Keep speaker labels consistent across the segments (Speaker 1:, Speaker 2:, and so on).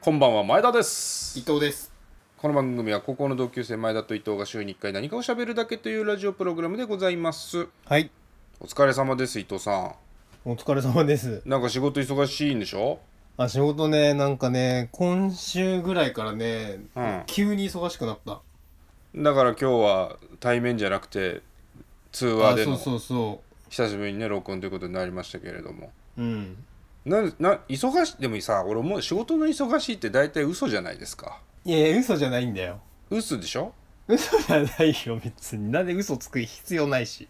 Speaker 1: こんばんは前田です
Speaker 2: 伊藤です
Speaker 1: この番組は高校の同級生前田と伊藤が週に1回何かを喋るだけというラジオプログラムでございます
Speaker 2: はい
Speaker 1: お疲れ様です伊藤さ
Speaker 2: お疲れ様です
Speaker 1: んなんか仕事忙しいんでしょ
Speaker 2: あ仕事ねなんかね今週ぐらいからね、
Speaker 1: うん
Speaker 2: 急に忙しくなった
Speaker 1: だから今日は対面じゃなくて通話
Speaker 2: あ
Speaker 1: で
Speaker 2: そ
Speaker 1: の
Speaker 2: うそうそ
Speaker 1: 久しぶりにね録音ということになりましたけれども
Speaker 2: ううん
Speaker 1: なな忙しでもさ俺もう仕事の忙しいって大体嘘じゃないですか
Speaker 2: いやいや嘘じゃないんだよ
Speaker 1: 嘘でしょ
Speaker 2: 嘘じゃないよ別になんで嘘つく必要ないし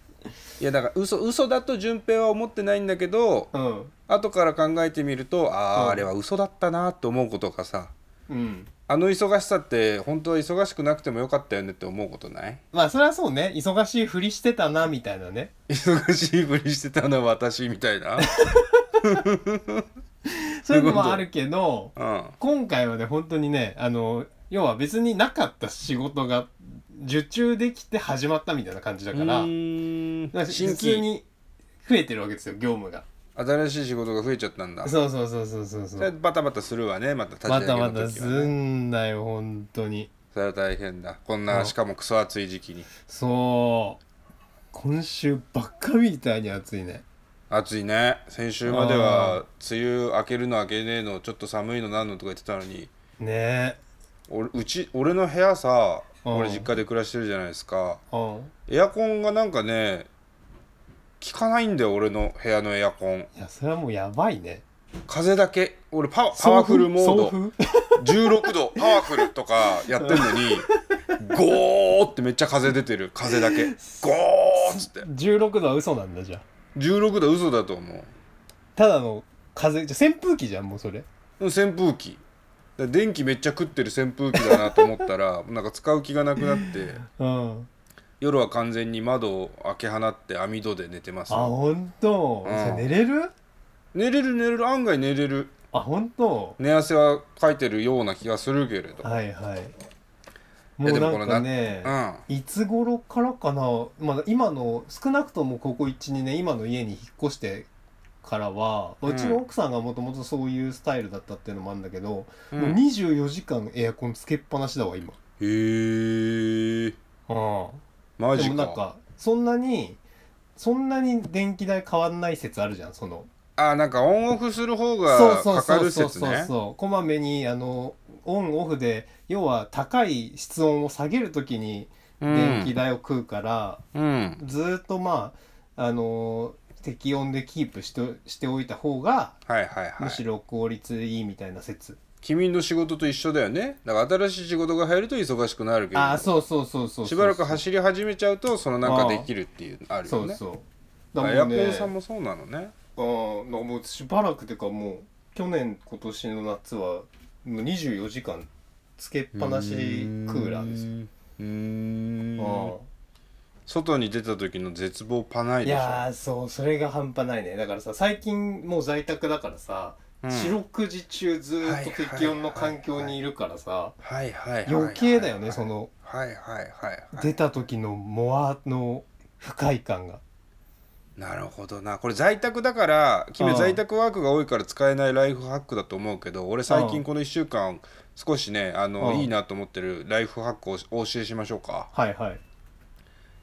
Speaker 1: いやだから嘘嘘だと順平は思ってないんだけど
Speaker 2: うん
Speaker 1: 後から考えてみるとああ、
Speaker 2: うん
Speaker 1: あれは嘘だったなと思うことがさ
Speaker 2: うん
Speaker 1: あの忙しさって本当は忙しくなくてもよかったよねって思うことない
Speaker 2: まあそれはそうね忙しいふりしてたなみたいなね
Speaker 1: 忙しいふりしてたのは私みた いな
Speaker 2: そういうのもあるけど
Speaker 1: うん
Speaker 2: 今回はね本当にねあの要は別になかった仕事が受注できて始まったみたいな感じだ
Speaker 1: だ
Speaker 2: から
Speaker 1: ら新
Speaker 2: 普通
Speaker 1: 規
Speaker 2: に増えてるわけですよ業務が
Speaker 1: 新しい仕事が増えちゃったんだ
Speaker 2: そうそうそうそうそうそ
Speaker 1: それ
Speaker 2: う
Speaker 1: バタバタするわねまた立ち
Speaker 2: ま
Speaker 1: 上げ
Speaker 2: たま
Speaker 1: の
Speaker 2: た
Speaker 1: 時
Speaker 2: す
Speaker 1: は、ね、
Speaker 2: んだよ本当に
Speaker 1: それは大変だこん
Speaker 2: う
Speaker 1: なんしかもクソ暑い時期に
Speaker 2: そう今週ばっかみたいに暑いね
Speaker 1: 暑いね先週までは梅雨明けるの明けねえのちょっと寒いのなんのとか言ってたのに
Speaker 2: ね
Speaker 1: 俺うち俺の部屋さ
Speaker 2: うん
Speaker 1: 俺実家で暮らしてるじゃないですか
Speaker 2: えうん
Speaker 1: エアコンがなんかね効かないんだよ俺の部屋のエアコン
Speaker 2: いやそれはもうやばいね
Speaker 1: 風だけ俺パワパワフルモー
Speaker 2: 送
Speaker 1: ド
Speaker 2: 風送
Speaker 1: 16度パワフルとかやってんのにゴーってめっちゃ風出てる風だけゴーっつって
Speaker 2: 風16度は嘘なんだじゃあ
Speaker 1: 16度嘘だと思う
Speaker 2: ただの風じゃあ扇風機じゃんもうそれ
Speaker 1: 扇風機だから電気めっちゃ食ってる扇風機だなと思ったら なんか使う気がなくなって
Speaker 2: うん
Speaker 1: 夜は完全に窓を開け放って網戸で寝てます
Speaker 2: あ本当、
Speaker 1: うん
Speaker 2: それ寝れる
Speaker 1: 寝れる寝れる案外寝れる
Speaker 2: あ本当
Speaker 1: 寝汗はかいてるような気がするけれど
Speaker 2: はいはいも
Speaker 1: や
Speaker 2: う
Speaker 1: でも
Speaker 2: な
Speaker 1: これ
Speaker 2: んかね
Speaker 1: うん
Speaker 2: いつ頃からかな、まあ、今の少なくともここ12年今の家に引っ越してからは、
Speaker 1: うん
Speaker 2: うちの奥さんがもともとそういうスタイルだったっていうのもあるんだけど、
Speaker 1: うん
Speaker 2: もう24時間エアコンつけっぱなしだわ今、
Speaker 1: へえマ
Speaker 2: で
Speaker 1: ジ
Speaker 2: も
Speaker 1: か
Speaker 2: なんかそんなにそんなに電気代変わんない説あるじゃんその
Speaker 1: あなんかオンオフする方
Speaker 2: そう
Speaker 1: が
Speaker 2: そう
Speaker 1: かか
Speaker 2: そう
Speaker 1: る
Speaker 2: そう
Speaker 1: 説
Speaker 2: そう
Speaker 1: ね
Speaker 2: そうこまめにあのオンオフで要は高い室温を下げるときに
Speaker 1: う
Speaker 2: 電気
Speaker 1: ん
Speaker 2: 代を食うから、
Speaker 1: うん
Speaker 2: ずーっとまああのー適温でキープしてしておいた方が
Speaker 1: はいはいは
Speaker 2: む
Speaker 1: い
Speaker 2: しろ効率いいみたいな説、
Speaker 1: 君の仕事と一緒だよねだから新しい仕事が入ると忙しくなるけれど
Speaker 2: ああそうそうそうそうそう
Speaker 1: しばらく走り始めちゃうとそのなんかできるっていうのある
Speaker 2: そ
Speaker 1: よ
Speaker 2: う
Speaker 1: ね
Speaker 2: そう
Speaker 1: だ
Speaker 2: だ
Speaker 1: か
Speaker 2: から
Speaker 1: エ
Speaker 2: らもう
Speaker 1: ア
Speaker 2: ね
Speaker 1: コンさんもそうなのね
Speaker 2: あーだからもうしばらくてかもう去年今年の夏はもう24時間つけっぱなしクーラーですよ
Speaker 1: ようーん
Speaker 2: あ
Speaker 1: 外に出た時の絶望パない
Speaker 2: ーい
Speaker 1: でしょ
Speaker 2: やーそうそれが半端ないねだからさ最近もう在宅だからさ、
Speaker 1: うん
Speaker 2: 四六時中ずーっと適温の環境にいるからさ、
Speaker 1: はいはいはいはい
Speaker 2: 余計だよねその
Speaker 1: はいはいはいはい
Speaker 2: 出た時のモアの不快感が
Speaker 1: なるほどなこれ在宅だから君
Speaker 2: うん
Speaker 1: 在宅ワークが多いから使えないライフハックだと思うけど俺最
Speaker 2: う
Speaker 1: 近
Speaker 2: ん
Speaker 1: この1週間少しねあの
Speaker 2: うん
Speaker 1: いいなと思ってるライフハックをお教えしましょうか
Speaker 2: はいはい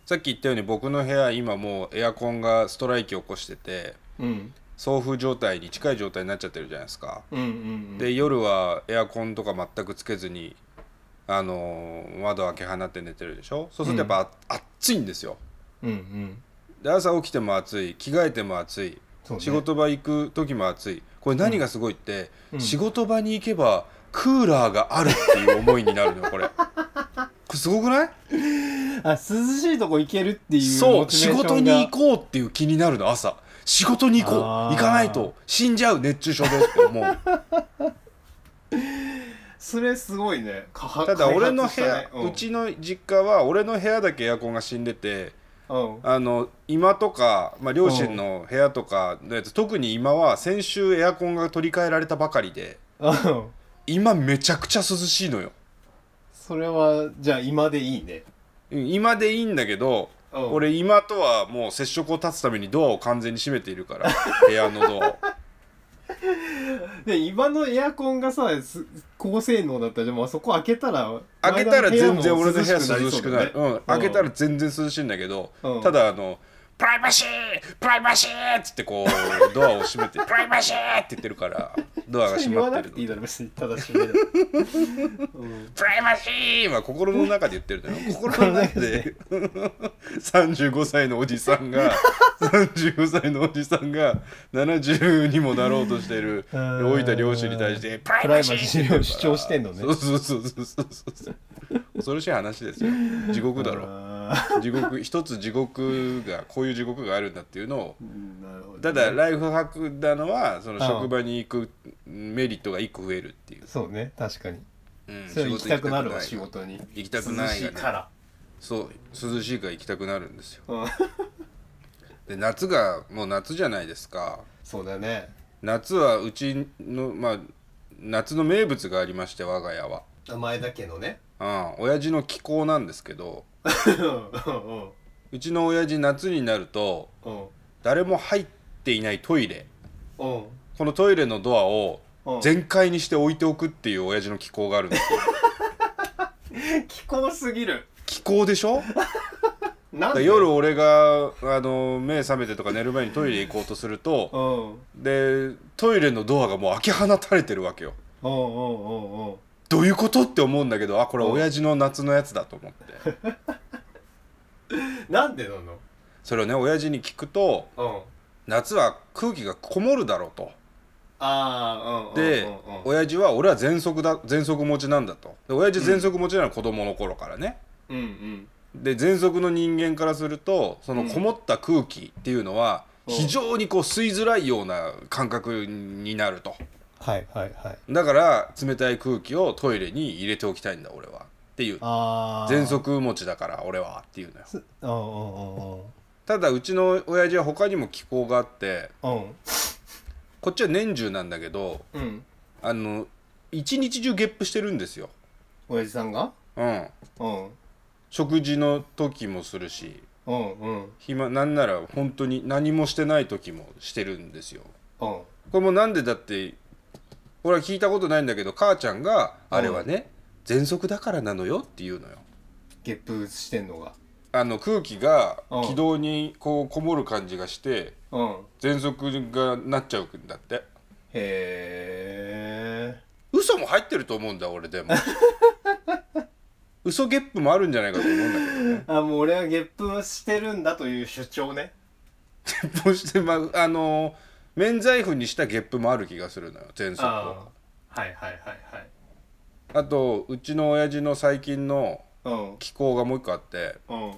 Speaker 1: さっき言ったように僕の部屋今もうエアコンがストライキ起こしてて
Speaker 2: うん
Speaker 1: 送風状態に近い状態になっちゃってるじゃないですか
Speaker 2: うんうん
Speaker 1: で夜はエアコンとか全くつけずにあのー窓開け放って寝てるでしょそうするとやっぱあ暑いんですよ
Speaker 2: うんうん
Speaker 1: で朝起きても暑い着替えても暑い
Speaker 2: そうね
Speaker 1: 仕事場行く時も暑いこれ何がすごいって、
Speaker 2: うん
Speaker 1: 仕事場に行けばクーラーがあるっていう思いになるのよこ れこれすごくない
Speaker 2: あ涼しいとこ行けるっていう
Speaker 1: そ
Speaker 2: モ
Speaker 1: う
Speaker 2: チ
Speaker 1: 仕
Speaker 2: ベーションが
Speaker 1: 事に行こうっていう気になるの朝仕事に行こう
Speaker 2: あ
Speaker 1: 行
Speaker 2: ー
Speaker 1: かないと死んじゃう熱中症でって 思う
Speaker 2: それすごいねかは
Speaker 1: ただ俺
Speaker 2: 開
Speaker 1: の
Speaker 2: 発し
Speaker 1: 部
Speaker 2: た
Speaker 1: 屋
Speaker 2: ね、
Speaker 1: うちの実家は俺の部屋だけエアコンが死んでて
Speaker 2: うん
Speaker 1: あの今とか、まあ、両親の部屋とかのやつ特に今は先週エアコンが取り替えられたばかりで
Speaker 2: うん
Speaker 1: 今めちゃくちゃ涼しいのよ
Speaker 2: それはじゃあ今でいいね
Speaker 1: うん今でいいんだけど、
Speaker 2: うん
Speaker 1: 俺今 とはもう接触を断つためにドアを完全に閉めているから部屋のドアを
Speaker 2: で今のエアコンがさす高性能だったらでもあそこ開けたら
Speaker 1: 開けたら全然俺の部屋
Speaker 2: 前
Speaker 1: 涼しくなる、
Speaker 2: そうだね
Speaker 1: うん、開けたら全然涼しいんだけど、
Speaker 2: うん
Speaker 1: ただあの「プライバシープライバシー!」っつってこうドアを閉め て「プライバシー!」って言ってるからドアが閉
Speaker 2: 言
Speaker 1: ま
Speaker 2: わ
Speaker 1: っ
Speaker 2: な
Speaker 1: て
Speaker 2: く
Speaker 1: る
Speaker 2: ていいだ
Speaker 1: の
Speaker 2: ろ別にただ閉める、 うん、
Speaker 1: プライバシーは心の中で言ってるんだよ 心の中で35歳のおじさんが35歳のおじさんが70にもなろうとしてる
Speaker 2: うん
Speaker 1: 老いた漁師に対してプラ
Speaker 2: プライバシーを主張してんのね
Speaker 1: そうそうそうそうそうそう恐ろしい話ですよ地獄だろ
Speaker 2: あ
Speaker 1: 地獄一つ地獄がこういう地獄があるんだっていうのを
Speaker 2: ーうんなるほどね
Speaker 1: ただライフハックなのはその
Speaker 2: ああ
Speaker 1: 職場に行くメリットが一個増えるっていう、
Speaker 2: そうね確かに
Speaker 1: うん、
Speaker 2: それは行きたくなるわ
Speaker 1: 仕
Speaker 2: 仕
Speaker 1: 事
Speaker 2: 事に
Speaker 1: 行きたくない
Speaker 2: 涼
Speaker 1: が
Speaker 2: しい
Speaker 1: ね
Speaker 2: から、
Speaker 1: そう涼しいから行きたくなるんですよ
Speaker 2: うん、
Speaker 1: で夏がもう夏じゃないですか
Speaker 2: そうだね
Speaker 1: 夏はうちのまあ夏の名物がありまして我が家は
Speaker 2: 前だけのね
Speaker 1: うん親父の気候なんですけど
Speaker 2: うんうん
Speaker 1: うちの親父夏になると
Speaker 2: うん
Speaker 1: 誰も入っていないトイレ
Speaker 2: うん
Speaker 1: このトイレのドアを
Speaker 2: うん
Speaker 1: 全開にして置いておくっていう親父の気候があるんですよ
Speaker 2: 気候すぎる
Speaker 1: 気候でしょ
Speaker 2: な
Speaker 1: だ
Speaker 2: ん
Speaker 1: から
Speaker 2: で
Speaker 1: 夜俺があの目覚めてとか寝る前にトイレ行こうとする
Speaker 2: う
Speaker 1: と
Speaker 2: んうん
Speaker 1: でトイレのドアがもう開け放たれてるわけよ
Speaker 2: うんうんうん
Speaker 1: どういうことって思うんだけどあこれ親父の夏のやつだと思 って
Speaker 2: なんでなの
Speaker 1: それをね親父に聞くと
Speaker 2: うん
Speaker 1: 夏は空気がこもるだろうと
Speaker 2: ああうん
Speaker 1: で
Speaker 2: うんうん
Speaker 1: 親父は俺は喘息だ喘息持ちなんだとで親父喘息持ちなの子供の頃からね
Speaker 2: うんうん
Speaker 1: で喘息の人間からするとその
Speaker 2: うん
Speaker 1: こもった空気っていうのは
Speaker 2: うん
Speaker 1: 非常にこう吸いづらいような感覚になると
Speaker 2: はいはいはい
Speaker 1: だから冷たい空気をトイレに入れておきたいんだ俺はっていう
Speaker 2: ああ
Speaker 1: 喘息持ちだから俺はっていうのよ
Speaker 2: うんうんうんうん
Speaker 1: ただうちの親父は他にも気候があって
Speaker 2: うん
Speaker 1: こっちは年中なんだけど
Speaker 2: うん
Speaker 1: あの一日中ゲップしてるんですよ、
Speaker 2: 親父さんが
Speaker 1: うん、
Speaker 2: うん
Speaker 1: 食事の時もするし
Speaker 2: うんうん
Speaker 1: 暇なんなら本当に何もしてない時もしてるんですよ
Speaker 2: うん
Speaker 1: これもなんでだって俺は聞いたことないんだけど母ちゃんがあれはね喘息だからなのよっていうのよ
Speaker 2: ゲップしてんのが
Speaker 1: あの空気が
Speaker 2: うん
Speaker 1: 気道にこうこもる感じがして
Speaker 2: うん
Speaker 1: 喘息がなっちゃうんだって
Speaker 2: へえ
Speaker 1: 嘘も入ってると思うんだ俺で も嘘ゲップもあるんじゃないかと思うんだけど
Speaker 2: あもう俺はゲップしてるんだという主張ね
Speaker 1: ゲップをしてまうあのー免罪符にしたゲップもある気がするのよ喘息
Speaker 2: あ
Speaker 1: は
Speaker 2: あはいはいはいはい
Speaker 1: あとうちの親父の最近の
Speaker 2: うん
Speaker 1: 気候がもう一個あって
Speaker 2: うん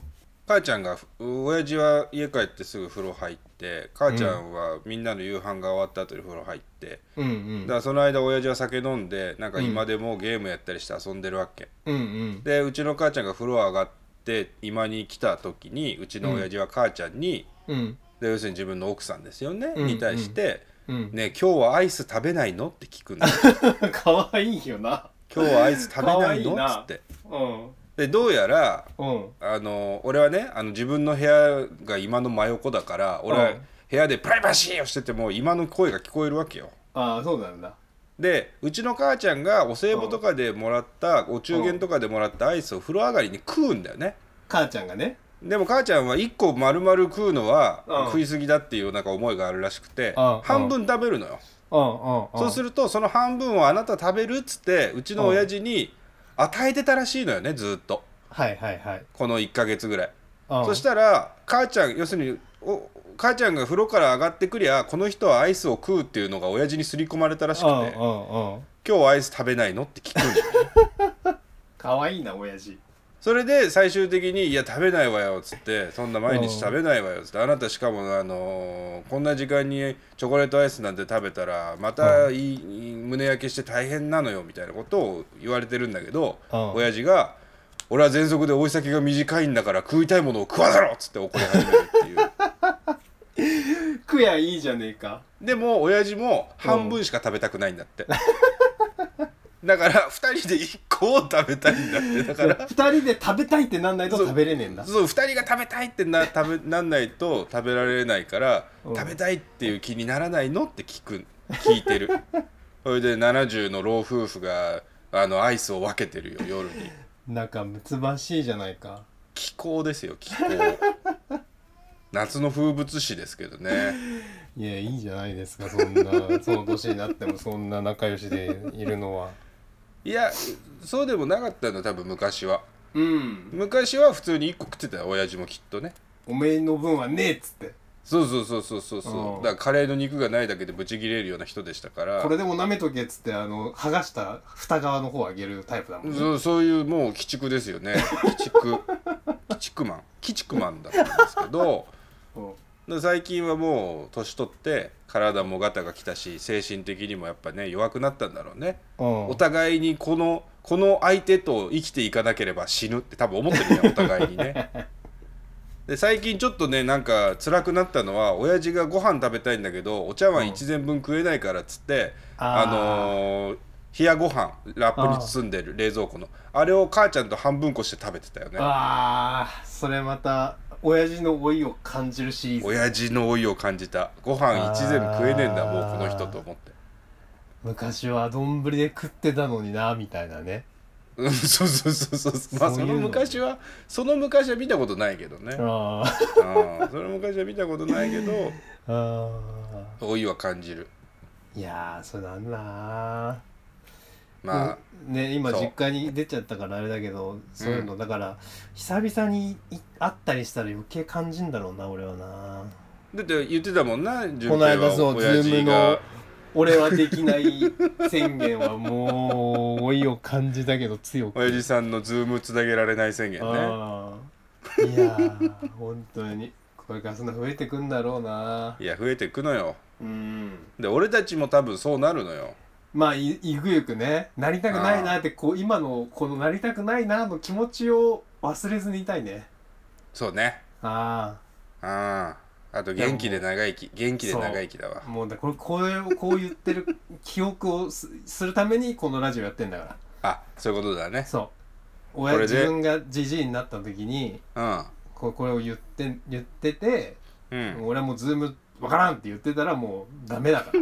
Speaker 1: 母ちゃんがふ親父は家帰ってすぐ風呂入って母ちゃんはみんなの夕飯が終わった後に風呂入って、
Speaker 2: うん
Speaker 1: だからその間親父は酒飲んでなんか今でもゲームやったりして遊んでるわけ、
Speaker 2: うんうん
Speaker 1: でうちの母ちゃんが風呂上がって今に来た時にうちの親父は母ちゃんに、
Speaker 2: うん
Speaker 1: で要するに自分の奥さんですよね、
Speaker 2: うん
Speaker 1: に対して「
Speaker 2: うん
Speaker 1: ね今日はアイス食べないの?」って聞くんだ
Speaker 2: かわいいよな
Speaker 1: 今日はアイス食べない
Speaker 2: かわいい
Speaker 1: の?」
Speaker 2: な
Speaker 1: っつって
Speaker 2: うん
Speaker 1: でどうやら
Speaker 2: うん
Speaker 1: あの俺はねあの自分の部屋が今の真横だから俺は
Speaker 2: うん
Speaker 1: 部屋でプライバシーをしてても今の声が聞こえるわけよ
Speaker 2: ああそうなんだ
Speaker 1: でうちの母ちゃんがお歳暮とかでもらったお中元とかでもらったアイスを風呂上がりに食うんだよね
Speaker 2: 母ちゃんがね
Speaker 1: でも母ちゃんは1個丸々食うのは
Speaker 2: うん
Speaker 1: 食い過ぎだっていうなんか思いがあるらしくて
Speaker 2: うん
Speaker 1: 半分食べるのよ
Speaker 2: うんうんうん
Speaker 1: そうするとその半分をあなた食べるっつってうちの親父に与えてたらしいのよねずーっと
Speaker 2: はいはいはい
Speaker 1: この1ヶ月ぐらい
Speaker 2: うん
Speaker 1: そしたら母ちゃん要するにお母ちゃんが風呂から上がってくりゃこの人はアイスを食うっていうのが親父に刷り込まれたらしくて
Speaker 2: う
Speaker 1: 「
Speaker 2: んうんうん
Speaker 1: 今日はアイス食べないの?」って聞くんだよ
Speaker 2: かわいいな親父
Speaker 1: それで最終的に「いや食べないわよ」っつって「そんな毎日食べないわよ」っつって「あなたしかも、あのーこんな時間にチョコレートアイスなんて食べたらまたいい、いい胸焼けして大変なのよ」みたいなことを言われてるんだけど、
Speaker 2: うん
Speaker 1: 親父が「俺は喘息で追い先が短いんだから食いたいものを食わせろ!」っつって怒り始めるって いう。
Speaker 2: 食やいいじゃねえか
Speaker 1: でも親父も半分しか食べたくないんだ って、だから2人で1個を食べたいんだってだから
Speaker 2: 二人で食べたいってなんないと食べれねえんだ
Speaker 1: そう2人が食べたいって な食べなんないと食べられないから、
Speaker 2: うん
Speaker 1: 食べたいっていう気にならないのって聞く聞いてる それで70の老夫婦があのアイスを分けてるよ夜に
Speaker 2: 仲睦ましいじゃないか
Speaker 1: 気候ですよ気候 夏の風物詩ですけどね
Speaker 2: いやいいんじゃないですかそ んなその年になってもそんな仲良しでいるのはい
Speaker 1: やそうでもなかったの多分昔は
Speaker 2: うん
Speaker 1: 昔は普通に1個食ってたよ親父もきっとね
Speaker 2: おめえの分はねえっつって
Speaker 1: そうそうそうそうそう
Speaker 2: う
Speaker 1: そ
Speaker 2: ん
Speaker 1: うだからカレーの肉がないだけでブチ切れるような人でしたから
Speaker 2: これでも舐めとけっつってあの剥がした蓋側の方をあげるタイプだもんね
Speaker 1: そうそういうもう鬼畜ですよね鬼畜鬼畜マン鬼畜マンだったんですけど
Speaker 2: うん
Speaker 1: で最近はもう年取って体もガタが来たし精神的にもやっぱね弱くなったんだろうねお互いにこのこの相手と生きていかなければ死ぬって多分思ってるねお互いにねで最近ちょっとねなんか辛くなったのは親父がご飯食べたいんだけどお茶碗1膳分食えないからっつって、
Speaker 2: あ
Speaker 1: あ
Speaker 2: ー
Speaker 1: のー冷やご飯ラップに包んでる冷蔵庫のあれを母ちゃんと半分こして食べてたよね
Speaker 2: ああそれまた親父の老いを感じるシリーズ
Speaker 1: 親父の老いを感じたご飯1膳食えねえんだ
Speaker 2: あ
Speaker 1: も
Speaker 2: ー
Speaker 1: うこの人と思って
Speaker 2: 昔は丼で食ってたのになみたいなね
Speaker 1: うんそうそうそうそうまあ
Speaker 2: そ
Speaker 1: そ
Speaker 2: ういうの
Speaker 1: の昔はその昔は見たことないけどね
Speaker 2: あ
Speaker 1: うんそれ昔は見たことないけど
Speaker 2: ーあ
Speaker 1: 老いは感じる
Speaker 2: ーいやーそれなんだな
Speaker 1: まあ
Speaker 2: うんね今
Speaker 1: そう
Speaker 2: 実家に出ちゃったからあれだけどそういうの、だから久々にい会ったりしたら余計感じんだろうな俺はな
Speaker 1: だって言ってたもんな
Speaker 2: この間そう
Speaker 1: 親
Speaker 2: ズー
Speaker 1: 父
Speaker 2: ムの
Speaker 1: が
Speaker 2: 俺はできない宣言はもう老いを感じたけど 強く
Speaker 1: 親父さんのズームつなげられない宣言ね
Speaker 2: ああいやー本当にこれからそんな増えてくんだろうない
Speaker 1: や増えていくのよ
Speaker 2: うん
Speaker 1: で俺たちも多分そうなるのよ
Speaker 2: まあいいくゆくねなりたくないなってこう今のこのなりたくないなの気持ちを忘れずにいたいね
Speaker 1: そうね
Speaker 2: あ
Speaker 1: あああと元気で長生き元気で長生きだわ
Speaker 2: あもうだこれこれをこう言ってる記憶をすするためにこのラジオやってんだか
Speaker 1: あそういうことだ
Speaker 2: ら
Speaker 1: ね
Speaker 2: そう
Speaker 1: こ
Speaker 2: 親
Speaker 1: れで
Speaker 2: 自分がじじいになった時に
Speaker 1: うん
Speaker 2: ここれを言って言ってて
Speaker 1: うん
Speaker 2: 俺はもうズームわからんって言ってたらもうダメだから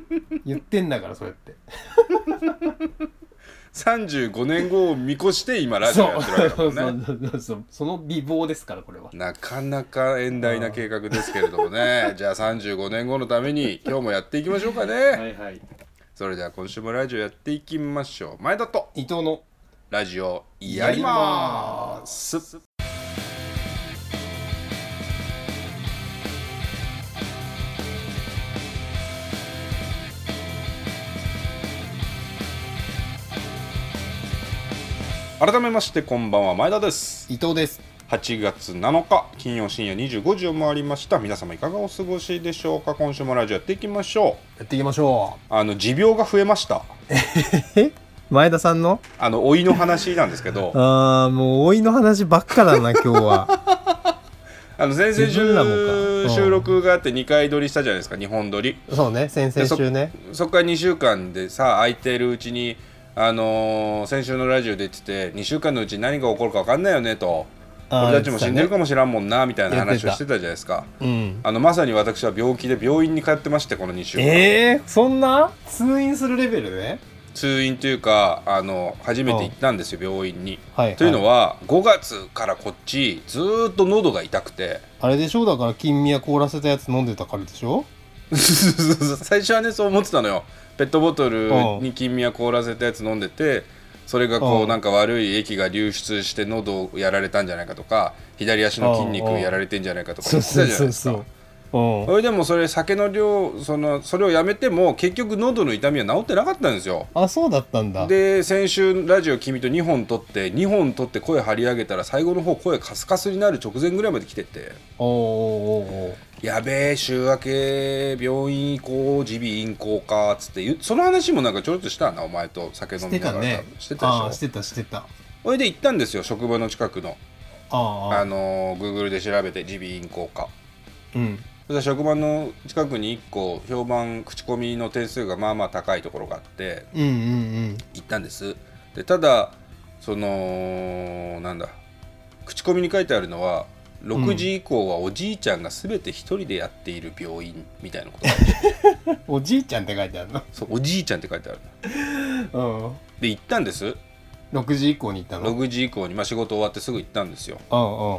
Speaker 2: 言ってんだからそれって
Speaker 1: 35年後を見越して今ラジオ
Speaker 2: そ
Speaker 1: や
Speaker 2: う
Speaker 1: ってるわけだ
Speaker 2: そ
Speaker 1: も
Speaker 2: うそ
Speaker 1: んね
Speaker 2: うそうそうその美貌ですからこれは
Speaker 1: なかなか遠大な計画ですけれどもねじゃあ35年後のために今日もやっていきましょうかね、
Speaker 2: いはい
Speaker 1: それでは今週もラジオやっていきましょう前田と
Speaker 2: 伊藤の
Speaker 1: ラジオやります改めましてこんばんは前田です
Speaker 2: 伊藤です
Speaker 1: 8月7日金曜深夜25時を回りました皆様いかがお過ごしでしょうか今週もラジオやっていきましょ
Speaker 2: やっていきましょ
Speaker 1: うあの持病が増えました
Speaker 2: う前田さんの
Speaker 1: あの老いの話なんですけ ど
Speaker 2: あーもう老いの話ばっかだな今日は
Speaker 1: あの先々
Speaker 2: 自分らもかう
Speaker 1: 週
Speaker 2: ん
Speaker 1: 収録があって2回撮りしたじゃないですか2本撮り
Speaker 2: そうね先々週ね
Speaker 1: そっから2週間でさ空いてるうちにあのー先週のラジオで言ってて2週間のうちに何が起こるか分かんないよねと
Speaker 2: あー
Speaker 1: 俺たちも死んでるかもしらんもんなみたいな
Speaker 2: 言って
Speaker 1: 話
Speaker 2: た
Speaker 1: をしてたじゃないですか
Speaker 2: うん
Speaker 1: あのまさに私は病気で病院に通ってましてこの2週間、
Speaker 2: えー、そんな通院するレベルね
Speaker 1: 通院というかあの初めて行ったんですよ病院に。
Speaker 2: はい、
Speaker 1: というの
Speaker 2: は
Speaker 1: は5月からこっちずーっと喉が痛くて。
Speaker 2: あれでしょだから金宮凍らせたやつ飲んでたからでしょ
Speaker 1: 最初はねそう思ってたのよペットボトルに金味や凍らせたやつ飲んでてそれがこ
Speaker 2: う
Speaker 1: うんなんか悪い液が流出して喉をやられたんじゃないかとか左足の筋肉
Speaker 2: うんうん
Speaker 1: やられてんじゃないかとか
Speaker 2: そ
Speaker 1: 言
Speaker 2: う
Speaker 1: ってたじ
Speaker 2: そ
Speaker 1: ゃ
Speaker 2: う
Speaker 1: ないで
Speaker 2: そう
Speaker 1: す
Speaker 2: そ
Speaker 1: か
Speaker 2: ううん
Speaker 1: それでもそれ酒の量そのそれをやめても結局喉の痛みは治ってなかったんですよ
Speaker 2: あそうだったんだ
Speaker 1: で先週ラジオ君と2本撮って2本撮って声張り上げたら最後の方声カスカスになる直前ぐらいまで来てて
Speaker 2: おーおーおーおー
Speaker 1: やべえ週明け病院行こう耳鼻咽喉かっつって言うその話もなんかちょろっとしたなお前と酒
Speaker 2: し
Speaker 1: 飲
Speaker 2: て
Speaker 1: みな
Speaker 2: た
Speaker 1: がら
Speaker 2: ね
Speaker 1: して
Speaker 2: あ
Speaker 1: た
Speaker 2: あ
Speaker 1: で
Speaker 2: し
Speaker 1: しょ
Speaker 2: てたしてたあ
Speaker 1: それで行ったんですよ職場の近くの
Speaker 2: あ
Speaker 1: あ
Speaker 2: あ
Speaker 1: のー Google で調べて耳鼻咽喉科
Speaker 2: うん
Speaker 1: そしたら職場の近くに1個評判口コミの点数がまあまあ高いところがあって
Speaker 2: うんうん
Speaker 1: 行ったんですでただそのなんだ口コミに書いてあるのは6時以降はおじいちゃんが全て一人でやっている病院みたいなこと、
Speaker 2: おじいちゃんって書いてある
Speaker 1: そうおじいちゃんって書いてある
Speaker 2: の
Speaker 1: で行ったんです
Speaker 2: うん6時以降に行ったの
Speaker 1: 6時以降に、まあ、仕事終わってすぐ行ったんですよ
Speaker 2: うんうん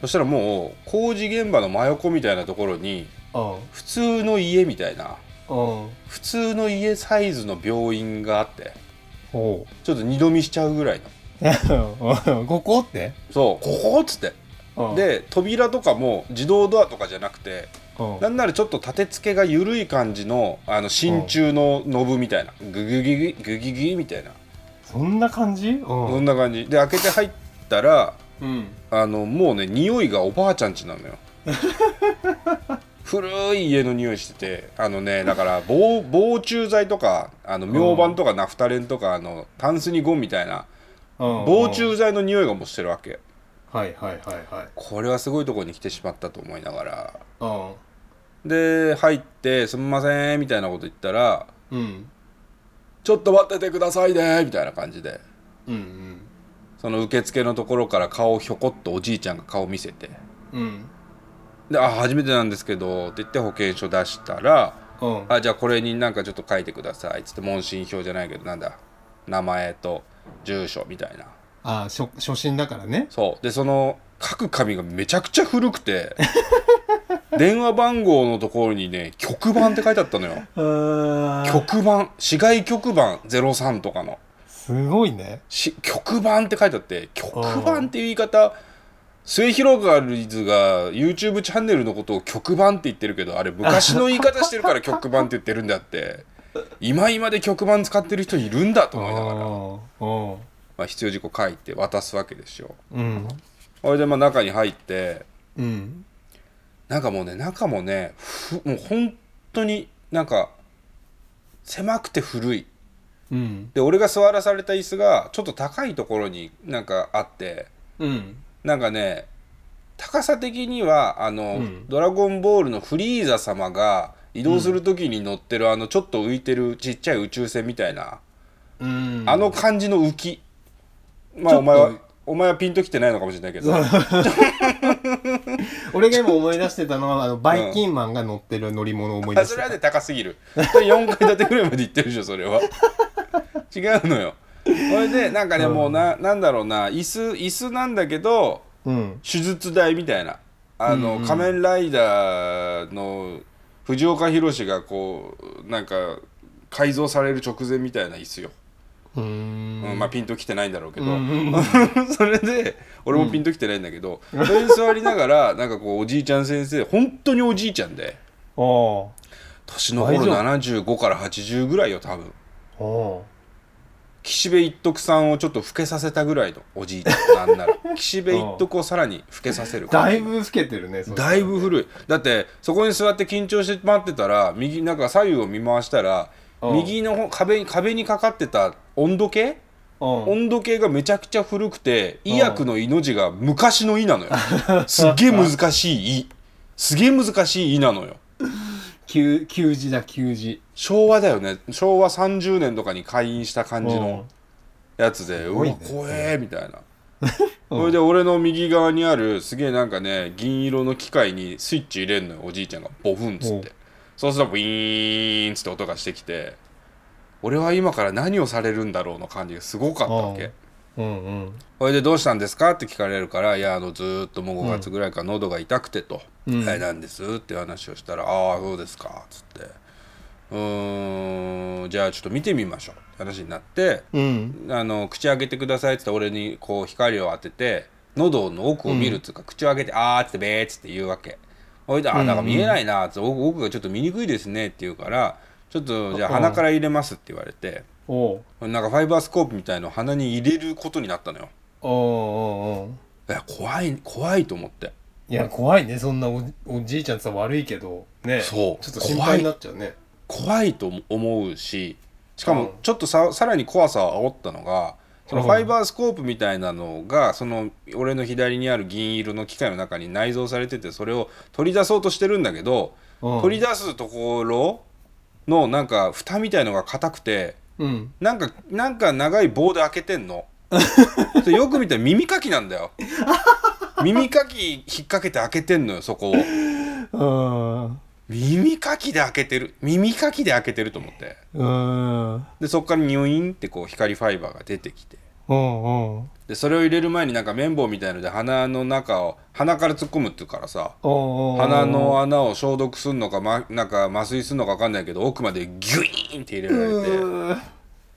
Speaker 1: そしたらもう工事現場の真横みたいなところに
Speaker 2: う
Speaker 1: 普通の家みたいなん
Speaker 2: うん
Speaker 1: 普通の家サイズの病院があって
Speaker 2: ほ
Speaker 1: ちょっと二度見しちゃうぐらいの
Speaker 2: うここって
Speaker 1: そうここっつって
Speaker 2: うん
Speaker 1: で扉とかも自動ドアとかじゃなくて
Speaker 2: うん
Speaker 1: なんならちょっと立て付けが緩い感じのあの真鍮のノブみたいなグギギギグギギみたいな
Speaker 2: そんな感じう
Speaker 1: こ
Speaker 2: ん
Speaker 1: んな感じで開けて入ったら
Speaker 2: うん
Speaker 1: あのもうね匂いがおばあちゃんちなのよ古い家の匂いしててあのねだから防防虫剤とかあの明板とかナフタレンとかあのタンスにゴンみたいな防虫剤の匂いがもうしてるわけ
Speaker 2: はいはいはいはい
Speaker 1: これはすごいところに来てしまったと思いながら
Speaker 2: うん
Speaker 1: で入って「すみません」みたいなこと言ったら
Speaker 2: うん
Speaker 1: 「ちょっと待っててくださいね」みたいな感じで
Speaker 2: うんうん
Speaker 1: その受付のところから顔をひょこっとおじいちゃんが顔見せて
Speaker 2: うん
Speaker 1: 「であ初めてなんですけど」って言って保険証出したら
Speaker 2: うん
Speaker 1: 「あじゃあこれになんかちょっと書いてください」っつって問診票じゃないけどなんだ名前と住所みたいな
Speaker 2: あ初初心だからね
Speaker 1: そうでその書く紙がめちゃくちゃ古くて電話番号のところにね局番って書いてあったのよ局番市外局番03とかの
Speaker 2: すごいね
Speaker 1: し局番って書いてあって局番っていう言い方末広がりずが YouTube チャンネルのことを局番って言ってるけどあれ昔の言い方してるから局番って言ってるんだって今今で局番使ってる人いるんだと思いながら、
Speaker 2: うん
Speaker 1: まあ、必要事項書いて渡すわけですよ
Speaker 2: うん
Speaker 1: それでまあ中に入って
Speaker 2: うん
Speaker 1: なんかもうね中もねふもう本当になんか狭くて古い
Speaker 2: うん
Speaker 1: で俺が座らされた椅子がちょっと高いところになんかあって
Speaker 2: うん
Speaker 1: なんかね高さ的にはあの、
Speaker 2: うん
Speaker 1: ドラゴンボールのフリーザ様が移動する時に乗ってる、あのちょっと浮いてるちっちゃい宇宙船みたいな、
Speaker 2: うん
Speaker 1: あの感じの浮きまあ
Speaker 2: ちょっと
Speaker 1: お前はお前はピンときてないのかもしれないけど
Speaker 2: 俺が今思い出してたのはあのバイキンマンが乗ってる乗り物を思い
Speaker 1: あ
Speaker 2: 出
Speaker 1: そ
Speaker 2: し
Speaker 1: れは
Speaker 2: た
Speaker 1: ね高すぎるそれ4階建てぐらいまで行ってるでしょそれは違うのよそれでなんかね、もうななんだろうな椅子椅子なんだけど
Speaker 2: うん
Speaker 1: 手術台みたいなあの、仮面ライダーの藤岡弘がこうなんか改造される直前みたいな椅子よ、
Speaker 2: うー
Speaker 1: うん
Speaker 2: ん
Speaker 1: まあピンときてないんだろうけど、
Speaker 2: うん
Speaker 1: それで俺もピンときてないんだけど、それに座りなが らなんかこうおじいちゃん先生本当におじいちゃんで
Speaker 2: あ
Speaker 1: 年の頃
Speaker 2: 大丈
Speaker 1: 75から80ぐらいよ多分
Speaker 2: ああ
Speaker 1: 岸辺一徳さんをちょっと老けさせたぐらいのおじいちゃんなんな ら岸辺一徳をさらに老けさせる
Speaker 2: あだいぶ老けてるねそれ
Speaker 1: だいぶ古いだってそこに座って緊張して待ってたら右なんか左右を見回したら
Speaker 2: うん
Speaker 1: 右の方壁に壁にかかってた温度計
Speaker 2: うん
Speaker 1: 温度計がめちゃくちゃ古くて医薬の「い」の字が昔の「い」なのよ すっげえ難しい「い」すげえ難しい「い」なのよ
Speaker 2: 旧旧字だ旧字
Speaker 1: 昭和だよね昭和30年とかに開院した感じ
Speaker 2: う
Speaker 1: の
Speaker 2: ん
Speaker 1: やつでう
Speaker 2: ごい
Speaker 1: わ
Speaker 2: ね
Speaker 1: 怖えみたいな
Speaker 2: うん
Speaker 1: それで俺の右側にあるすげえなんかね銀色の機械にスイッチ入れんのよおじいちゃんがボフンっつっ
Speaker 2: う
Speaker 1: てそうするとブイーンっつって音がしてきて俺は今から何をされるんだろうの感じがすごかったわけ
Speaker 2: うんうん
Speaker 1: それでどうしたんですかって聞かれるからいやあのずーっともう5月ぐらいから喉が痛くてと「
Speaker 2: うん
Speaker 1: はいなんです?」っていう話をしたら「ああそうですか」っつって「うーんじゃあちょっと見てみましょう」って話になって
Speaker 2: うん
Speaker 1: 「あの口開けてください」っつって俺にこう光を当てて喉の奥を見るっつうか、口を開けて「あー」っつって「べー」っつって言うわけほいで「あーなんか見えないな」っつって「奥奥がちょっと見にくいですね」って言うから「ちょっとじゃあ鼻から入れます」って言われて
Speaker 2: おう
Speaker 1: なんかファイバースコープみたいのを鼻に入れることになったのよ。
Speaker 2: おうおうおう
Speaker 1: いや怖い怖いと思って
Speaker 2: いや怖いねそんなおおじいちゃんってさ悪いけどね
Speaker 1: そう
Speaker 2: ちょっと心配になっちゃうね
Speaker 1: 怖いと思うししか
Speaker 2: うん
Speaker 1: もちょっとささらに怖さを煽ったのがその
Speaker 2: うん
Speaker 1: ファイバースコープみたいなのがその俺の左にある銀色の機械の中に内蔵されててそれを取り出そうとしてるんだけど
Speaker 2: うん
Speaker 1: 取り出すところのなんか蓋みたいのが硬くて
Speaker 2: うん
Speaker 1: なんかなんか長い棒で開けてんのそれよく見たら耳かきなんだよ耳かき引っ掛けて開けてんのよそこを
Speaker 3: うん
Speaker 1: 耳かきで開けてる耳かきで開けてると思って
Speaker 3: うんうん
Speaker 1: でそっからニュインってこう光ファイバーが出てきて
Speaker 3: うん
Speaker 1: でそれを入れる前になんか綿棒みたいので鼻の中を鼻から突っ込むって言うからさ鼻
Speaker 3: 鼻
Speaker 1: の穴を消毒すんのか,、ま、なんか麻酔すんのか分かんないけど奥までギュイーンって入れられて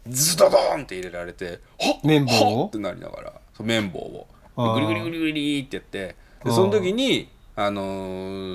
Speaker 1: ズドドーンって入れられてほっ
Speaker 3: 綿棒を
Speaker 1: ほっってなりながらそう綿棒を
Speaker 3: あー
Speaker 1: グリグリグリグリってやって
Speaker 3: あ
Speaker 1: で
Speaker 3: ー
Speaker 1: その時にあの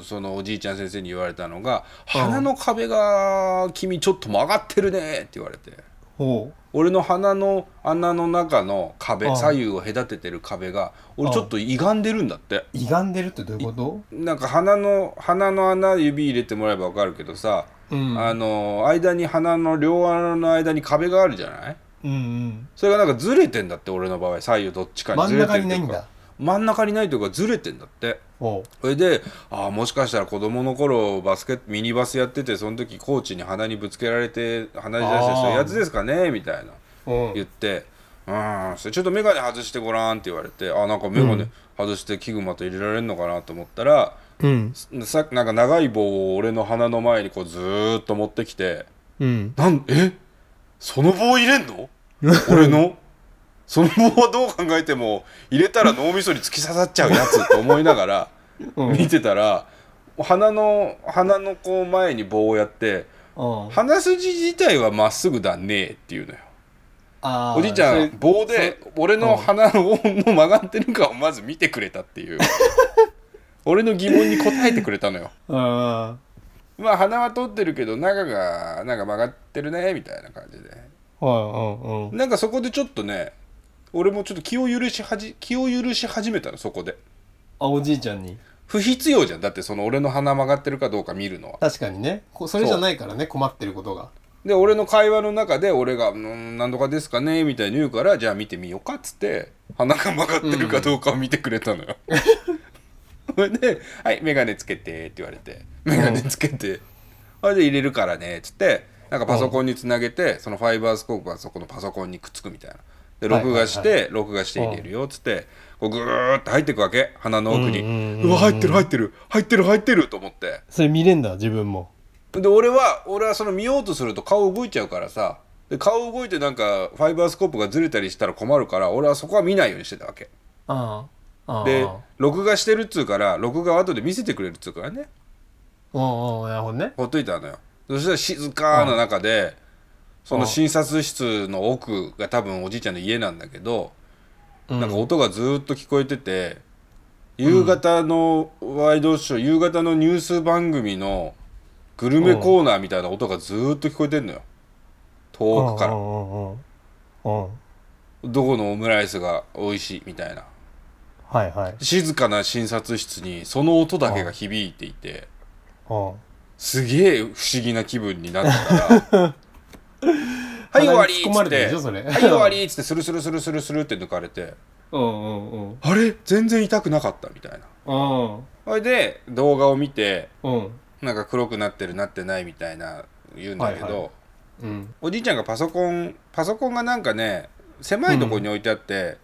Speaker 1: ーそのおじいちゃん先生に言われたのが「鼻の壁が君ちょっと曲がってるね」って言われて
Speaker 3: ほ
Speaker 1: 俺の鼻の穴の中の
Speaker 3: あ
Speaker 1: 壁
Speaker 3: ー
Speaker 1: 左右を隔ててる壁が俺
Speaker 3: あー
Speaker 1: ちょっと歪んでるんだって
Speaker 3: う歪んでるってどういうこと
Speaker 1: なんか鼻の鼻の穴指入れてもらえばわかるけどさ、
Speaker 3: うん
Speaker 1: あのー間に鼻の両穴の間に壁があるじゃない
Speaker 3: うんうん
Speaker 1: それがなんかずれてんだって俺の場合左右どっちかに
Speaker 3: 真
Speaker 1: ず
Speaker 3: ん
Speaker 1: れて
Speaker 3: 中
Speaker 1: る
Speaker 3: に
Speaker 1: と
Speaker 3: ないい
Speaker 1: うんか
Speaker 3: だ
Speaker 1: 真ん中にないというかずれてんだって
Speaker 3: おう
Speaker 1: それでああもしかしたら子供の頃バスケミニバスやっててその時コーチに鼻にぶつけられて鼻血出して
Speaker 3: あー
Speaker 1: そういうやつですかねみたいな
Speaker 2: うん
Speaker 1: 言って「うんそれちょっと眼鏡外してごらん」って言われてあなんか眼鏡外して器具また入れられるのかなと思ったら、
Speaker 3: うん
Speaker 1: さなんか長い棒を俺の鼻の前にこうずーっと持ってきて
Speaker 3: うん
Speaker 1: 「なんえその棒入れんの俺のその棒はどう考えても入れたら脳みそに突き刺さっちゃうやつ」と思いながら
Speaker 3: うん
Speaker 1: 見てたら鼻の鼻のこう前に棒をやって
Speaker 3: あ
Speaker 1: 鼻筋自体はまっすぐだねっていうのよ。
Speaker 3: あ
Speaker 1: おじいちゃ
Speaker 3: それ
Speaker 1: ん棒で俺の鼻の曲がってるかをまず見てくれたっ ていう俺の疑問に答えてくれたのよ
Speaker 3: あ
Speaker 1: まあ鼻は通ってるけど中がなんか曲がってるねみたいな感じで
Speaker 3: あはいうんうん
Speaker 1: なんかそこでちょっとね俺もちょっと気を許しはじ気を許し始めたのそこで
Speaker 3: あおじいちゃんに
Speaker 1: 不必要じゃんだってその俺の鼻曲がってるかどうか見るのは
Speaker 2: 確かにねこそれじゃないからね困ってることが
Speaker 1: で俺の会話の中で俺が「うーん何度かですかね」みたいに言うから「じゃあ見てみようか」っつって鼻が曲がってるかどうかを見てくれたのよ。 それで「はい眼鏡つけて」って言われて「眼鏡つけて」あれで入れるからね」っつってなんかパソコンにつなげてそのファイバースコープはそこのパソコンにくっつくみたいな。で
Speaker 3: はいはい
Speaker 1: 録
Speaker 3: はい
Speaker 1: 画して録画して入れるよっつってこうグーって入ってくわけ鼻の奥に
Speaker 3: うんうんうんうん
Speaker 1: うわ入ってる入ってる入ってる入ってると思って
Speaker 3: それ見れんだ自分も
Speaker 1: で俺は俺はその見ようとすると顔動いちゃうからさで顔動いてなんかファイバースコープがずれたりしたら困るから俺はそこは見ないようにしてたわけ
Speaker 3: ああ
Speaker 1: で録画してるっつうから録画は後で見せてくれるっつうからね
Speaker 3: うんうんなるほどね
Speaker 1: ほっといたのよそしたら静かな中でその診察室の奥が多分おじいちゃんの家なんだけど
Speaker 3: うん
Speaker 1: なんか音がずーっと聞こえてて夕方のワイドショー夕方のニュース番組のグルメコーナーみたいな音がずーっと聞こえてんのよ遠くか
Speaker 3: う
Speaker 1: ら
Speaker 3: んうんうんうんうん
Speaker 1: どこのオムライスが美味しいみたいな
Speaker 3: はいはい
Speaker 1: 静かな診察室にその音だけが響いていて
Speaker 3: うん
Speaker 1: すげえ不思議な気分になってたら 「はい終わり!」っ
Speaker 2: 鼻に突っ込
Speaker 1: つ
Speaker 2: ま
Speaker 1: っ
Speaker 2: れてる
Speaker 1: て
Speaker 2: でしょ
Speaker 1: 「
Speaker 2: それ
Speaker 1: はい終わり!」っつってスルスルスルスルスルって抜かれて
Speaker 2: うんうんうん
Speaker 1: 「あれ全然痛くなかった」みたいな
Speaker 2: うん
Speaker 1: それで動画を見て
Speaker 2: うん
Speaker 1: なんか黒くなってるなってないみたいな言うんだけど、
Speaker 3: はいは
Speaker 2: うん
Speaker 1: おじいちゃんがパソコンパソコンがなんかね狭いとこに置いてあって、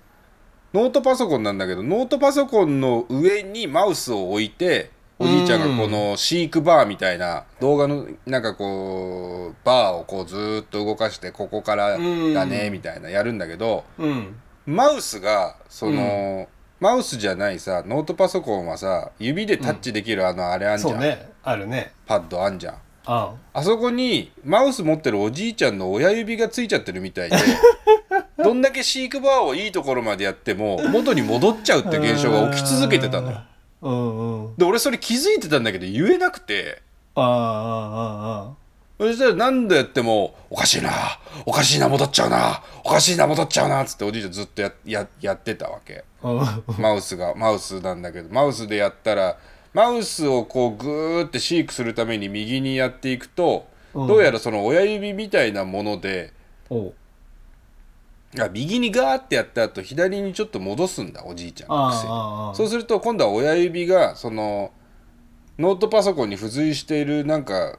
Speaker 1: ノートパソコンなんだけどノートパソコンの上にマウスを置いておじいちゃんがこの飼育バーみたいな動画のなんかこうバーをこうずーっと動かしてここからだね
Speaker 2: うん
Speaker 1: みたいなやるんだけど
Speaker 2: うん
Speaker 1: マウスがその、マウスじゃないさノートパソコンはさ指でタッチできるあのあれあんじゃ、
Speaker 2: そうんねあるね
Speaker 1: パッドあんじゃん。
Speaker 2: あ
Speaker 1: あそこにマウス持ってるおじいちゃんの親指がついちゃってるみ たいでどんだけ飼育バーをいいところまでやっても元に戻っちゃうって現象が起き続けてたのよ。
Speaker 3: うんうん
Speaker 1: で俺それ気づいてたんだけど言えなくて
Speaker 3: あああああ
Speaker 1: そしたら何度やっても「おかしいなおかしいな戻っちゃうなおかしいな戻っちゃうな」っつっておじいちゃんずっとやややってたわけ。
Speaker 3: あうん
Speaker 1: マウスがマウスなんだけどマウスでやったらマウスをこうグーって飼育するために右にやっていくと、
Speaker 3: うん
Speaker 1: どうやらその親指みたいなもので
Speaker 3: おう
Speaker 1: あ右にガーってやった後左にちょっと戻すんだおじいちゃんのくせに
Speaker 3: ああああ
Speaker 1: そうすると今度は親指がそのノートパソコンに付随しているなんか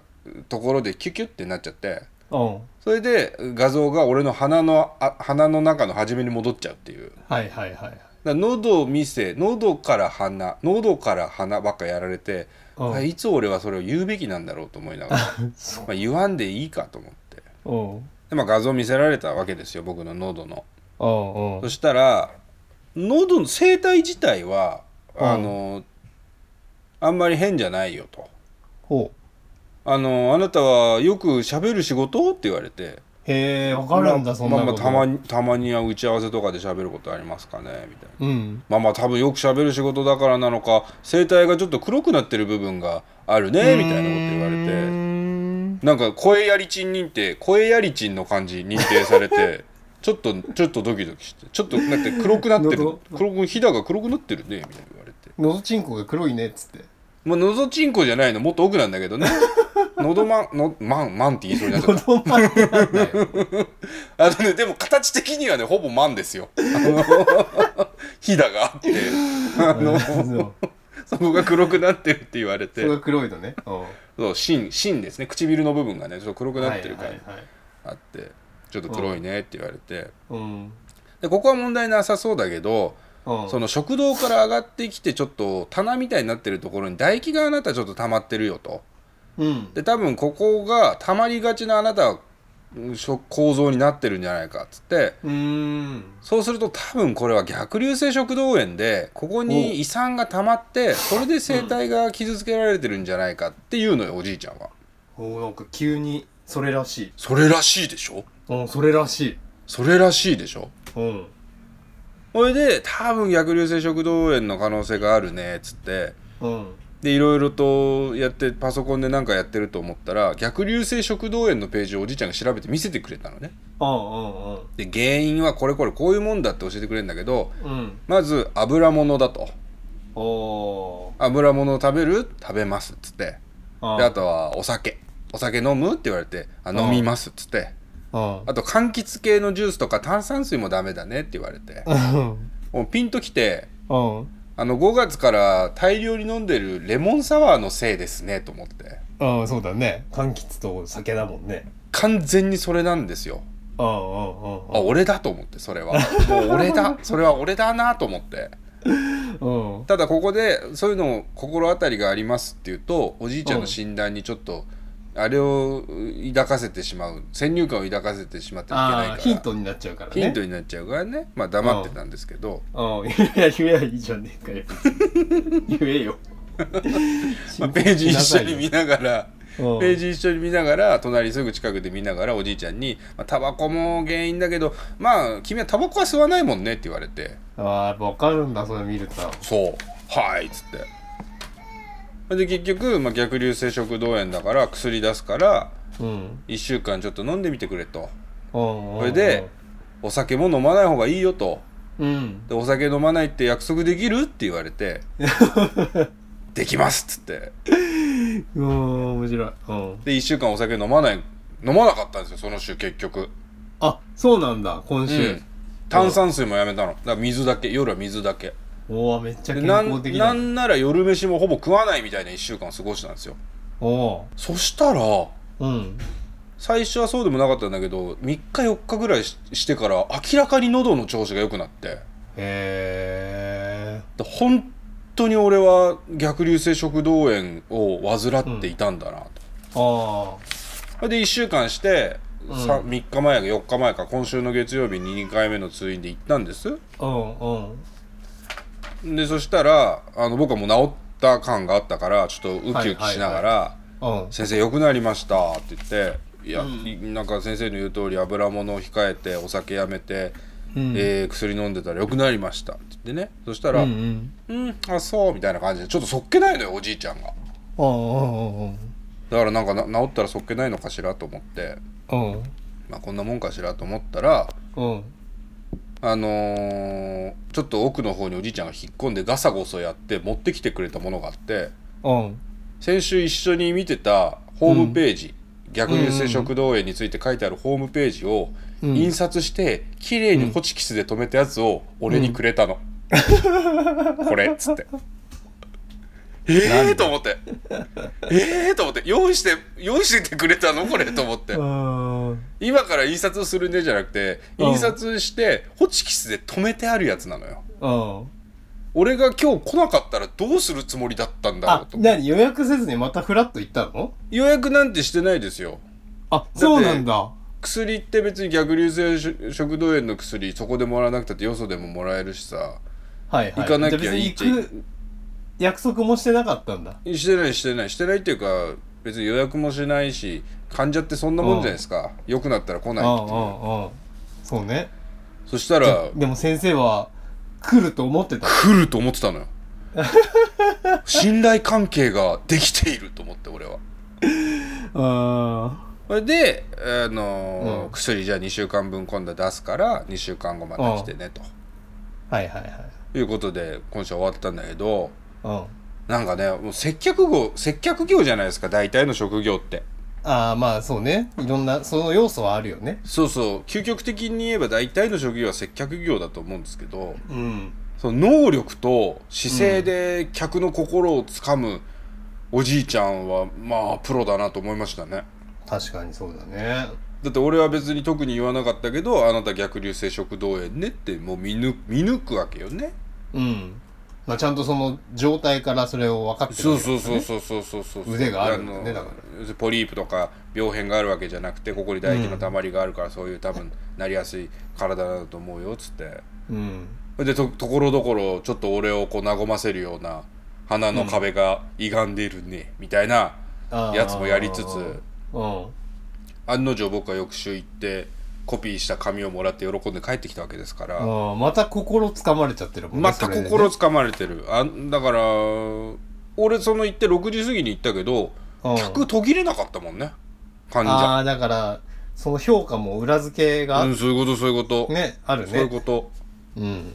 Speaker 1: ところでキュキュってなっちゃって
Speaker 3: うん
Speaker 1: それで画像が俺の鼻のあ鼻の中の初めに戻っちゃうっていうだか
Speaker 3: はいはいはい
Speaker 1: ら喉を見せ喉から鼻喉から鼻ばっかやられて、
Speaker 3: うん
Speaker 1: あいつ俺はそれを言うべきなんだろうと思いながら
Speaker 3: そ
Speaker 1: まあ言わんでいいかと思って
Speaker 3: ううん
Speaker 1: で、まあ、画像見せられたわけですよ僕の喉の
Speaker 3: うんうん
Speaker 1: そしたら喉の声帯自体は
Speaker 3: うん
Speaker 1: あのあんまり変じゃないよと
Speaker 3: ほう
Speaker 1: あのあなたはよく喋る仕事って言われて
Speaker 3: へえわか
Speaker 1: あ
Speaker 3: るんだそんな
Speaker 1: ま
Speaker 3: こ
Speaker 1: あ
Speaker 3: と
Speaker 1: まあたまにたまには打ち合わせとかで喋ることありますかねみたいな
Speaker 3: うん
Speaker 1: まあまあ多分よく喋る仕事だからなのか声帯がちょっと黒くなってる部分があるねみたいなこと言わ
Speaker 3: うー
Speaker 1: れて
Speaker 3: ん
Speaker 1: なんか声やりちん認定声やりちんの感じ認定され てちょっとちょっとドキドキしてちょっとだって黒くなってる
Speaker 2: 喉
Speaker 1: 黒くひだが黒くなってるねみたいな言われて
Speaker 2: のどちんこが黒いねっつ って
Speaker 1: まあのぞちんこじゃないのもっと奥なんだけ どねのどまんのまんまんって言いそうになっちゃった
Speaker 3: 子供なんだよ
Speaker 1: あのね、でも形的にはね、ほぼマンですよ。あ のひだがあって、あの、
Speaker 3: そう
Speaker 1: そこが黒くなってるって言われ
Speaker 2: そ
Speaker 1: て
Speaker 2: れ、が黒いのねうん
Speaker 1: そう、芯、芯ですね。唇の部分がね、ちょっと黒くなってるから
Speaker 2: はいはいはい
Speaker 1: あって、ちょっと黒いねって言われて、
Speaker 2: うん
Speaker 1: で、ここは問題なさそうだけど、
Speaker 2: うん
Speaker 1: その食堂から上がってきて、ちょっと棚みたいになってるところに唾液があなたちょっと溜まってるよと。
Speaker 2: うん
Speaker 1: で、多分ここが溜まりがちなあなたは、うんしょ構造になってるんじゃないかっつって、
Speaker 2: うーん
Speaker 1: そうすると多分これは逆流性食道炎でここに胃酸が溜まってそれで声帯が傷つけられてるんじゃないかっていうのよおじいちゃんは
Speaker 2: おなんか急にそれらしい
Speaker 1: それらしいでしょ
Speaker 2: うんそれらし
Speaker 1: それらしいでしょ
Speaker 2: いうん
Speaker 1: それで多分逆流性食道炎の可能性があるねっつって
Speaker 2: うん
Speaker 1: でいろいろとやってパソコンで何かやってると思ったら逆流性食道炎のページをおじいちゃんが調べて見せてくれたのね
Speaker 2: うんうん
Speaker 1: で原因はこれこれこういうもんだって教えてくれるんだけど
Speaker 2: うんうん
Speaker 1: まず油物だと
Speaker 2: おー
Speaker 1: 油物を食べる食べますっつって
Speaker 2: あ
Speaker 1: であとはお酒お酒飲むって言われてあ飲みますっつって
Speaker 3: うん
Speaker 1: あと柑橘系のジュースとか炭酸水もダメだねって言われて
Speaker 3: うん
Speaker 1: もうピンときて
Speaker 3: うん
Speaker 1: あの5月から大量に飲んでるレモンサワーのせいですねと思って
Speaker 3: ああそうだね柑橘と酒だもんね
Speaker 1: 完全にそれなんですよ
Speaker 3: あああ
Speaker 1: あ俺だと思ってそれはもう俺 だそれは俺だなと思って
Speaker 3: あうん
Speaker 1: ただここでそういうのを心当たりがありますっていうとおじいちゃんの診断にちょっとあれを抱かせてしまう先入観を抱かせてしまってはいけないから
Speaker 2: あーヒントになっちゃうからね
Speaker 1: ヒントになっちゃうからねまあ黙ってたんですけど、
Speaker 2: うんいや言えばいいじゃねえかよ言えよ
Speaker 1: まあ、ページ一緒に見ながら
Speaker 3: ペ
Speaker 1: ペー
Speaker 3: ジ
Speaker 1: ジ一緒に見ながら隣すぐ近くで見ながらおじいちゃんに「まあタバコも原因だけどまあ君はタバコは吸わないもんね」って言われて
Speaker 2: ああやっぱ分かるんだそれ見ると
Speaker 1: 「そうはい」っつってで結局、まあ、逆流性食道炎だから薬出すから
Speaker 2: うん
Speaker 1: 1週間ちょっと飲んでみてくれと
Speaker 2: そ
Speaker 1: それでお酒も飲まない方がいいよと
Speaker 2: うん
Speaker 1: でお酒飲まないって約束できるって言われ て「できます」っつって。
Speaker 2: うん面白いうん
Speaker 1: で1週間お酒飲まない飲まなかったんですよその週結局、
Speaker 2: あそうなんだ今
Speaker 1: う
Speaker 2: 週
Speaker 1: ん炭酸水もやめたのだから水だけ夜は水だけ
Speaker 2: おおめっちゃ
Speaker 1: で
Speaker 2: 健
Speaker 1: なん
Speaker 2: 康的
Speaker 1: な
Speaker 2: だ
Speaker 1: んなら夜飯もほぼ食わないみたいな1週間過ごしたんですよ
Speaker 2: おお
Speaker 1: そしたら
Speaker 2: ーうん
Speaker 1: 最初はそうでもなかったんだけど3日4日ぐらいししてから明らかに喉の調子が良くなって
Speaker 2: へえ
Speaker 1: で本当に俺は逆流性食道炎を患っていたんだなと、
Speaker 2: あ
Speaker 1: で1週間して、
Speaker 2: うん
Speaker 1: さ三3日前か4日前か今週の月曜日に2回目の通院で行ったんです
Speaker 2: あうんうん
Speaker 1: でそしたらあの僕はもう治った感があったからちょっとウキウキしながら「
Speaker 2: うん
Speaker 1: 先生良くなりました」って言って「いや、
Speaker 2: うん
Speaker 1: いなんか先生の言う通り油物を控えてお酒やめて、
Speaker 3: うん
Speaker 1: えー薬飲んでたら良くなりました」って言ってねそしたら「
Speaker 3: う
Speaker 1: うん、
Speaker 3: うんん
Speaker 1: あそう」みたいな感じでちょっとそっけないのよおじいちゃんが
Speaker 3: うんうん
Speaker 1: だからなんかな治ったらそっけないのかしらと思って、
Speaker 3: うんうん
Speaker 1: まあ、こんなもんかしらと思ったら
Speaker 3: うん
Speaker 1: あのーちょっと奥の方におじいちゃんが引っ込んでガサゴソやって持ってきてくれたものがあって。
Speaker 3: うん
Speaker 1: 先週一緒に見てたホームページ、逆流性食道炎について書いてあるホームページを
Speaker 3: うん
Speaker 1: 印刷して綺麗にホチキスで 留めたやつを俺にくれたの、これっつってええと思ってええと思って用意して用意しててくれたのこれと思って
Speaker 3: うん
Speaker 1: 今から印刷するねじゃなくて
Speaker 3: うん
Speaker 1: 印刷してホチキスで止めてあるやつなのよ
Speaker 3: うん
Speaker 1: 俺が今日来なかったらどうするつもりだったんだろう
Speaker 2: あ
Speaker 1: と
Speaker 2: 何予約せずにまたフラッと行ったの
Speaker 1: 予約なんてしてないですよ
Speaker 3: あそうなんだ
Speaker 1: 薬って別に逆流性食食道炎の薬そこでもらわなくたってよそでももらえるしさ
Speaker 3: はいはい
Speaker 1: 行かなきゃ
Speaker 3: じゃあ別に
Speaker 1: いい
Speaker 3: 行く約束もしてなかったんだ
Speaker 1: してないしてないしてないっていうか別に予約もしないし患者ってそんなもんじゃないですか良くなったら来
Speaker 3: うん
Speaker 1: な
Speaker 3: う
Speaker 1: い
Speaker 3: ん
Speaker 1: っていう
Speaker 3: うんそうね
Speaker 1: そしたら
Speaker 3: でも先生は来ると思ってた
Speaker 1: 来ると思ってたのよ 信頼関係ができていると思って俺は
Speaker 3: あ
Speaker 1: それで、あのー
Speaker 3: うん
Speaker 1: 薬じゃあ2週間分今度出すから2週間後まで来てねと
Speaker 3: ーはいはいはい
Speaker 1: いうことで今週終わったんだけど
Speaker 3: うん
Speaker 1: なんかねもう接客業接客業じゃないですか大体の職業って
Speaker 3: ああまあそうねいろんなその要素はあるよね
Speaker 1: そうそう究極的に言えば大体の職業は接客業だと思うんですけど
Speaker 3: うん
Speaker 1: その能力と姿勢で客の心をつかむおじいちゃんはまあプロだなと思いましたね
Speaker 3: 確かにそうだね
Speaker 1: だって俺は別に特に言わなかったけどあなた逆流性食道炎ねってもう見抜見抜くわけよね
Speaker 3: うんまあちゃんとその状態からそれを分かってる
Speaker 1: そ
Speaker 3: わ
Speaker 1: う
Speaker 3: けだか
Speaker 1: そ
Speaker 3: ら
Speaker 1: う
Speaker 3: ね
Speaker 1: そうそうそうそうそう
Speaker 3: 腕があるんだよね
Speaker 1: あ
Speaker 3: だ
Speaker 1: の
Speaker 3: か
Speaker 1: ポリープとか病変があるわけじゃなくてここに唾液のたまりがあるから、そういう多分なりやすい体だと思うよっつって
Speaker 3: うん
Speaker 1: でとところどころちょっと俺をこう和ませるような鼻の壁が歪んでいるね、みたいな
Speaker 3: あー
Speaker 1: やつもやりつつ
Speaker 3: うん
Speaker 1: 案の定僕は翌週行ってコピーした紙をもらって喜んで帰ってきたわけですから、
Speaker 3: あーまた心つかまれちゃってるもんね
Speaker 1: また
Speaker 3: それでね
Speaker 1: 心つかまれてるあだから俺その行って6時過ぎに行ったけど
Speaker 3: うん
Speaker 1: 客途切れなかったもんね患者
Speaker 3: ああだからその評価も裏付けが、
Speaker 1: うんそういうことそういうこと、
Speaker 3: ねある
Speaker 1: そういう
Speaker 3: ね
Speaker 1: こと
Speaker 3: うん
Speaker 1: い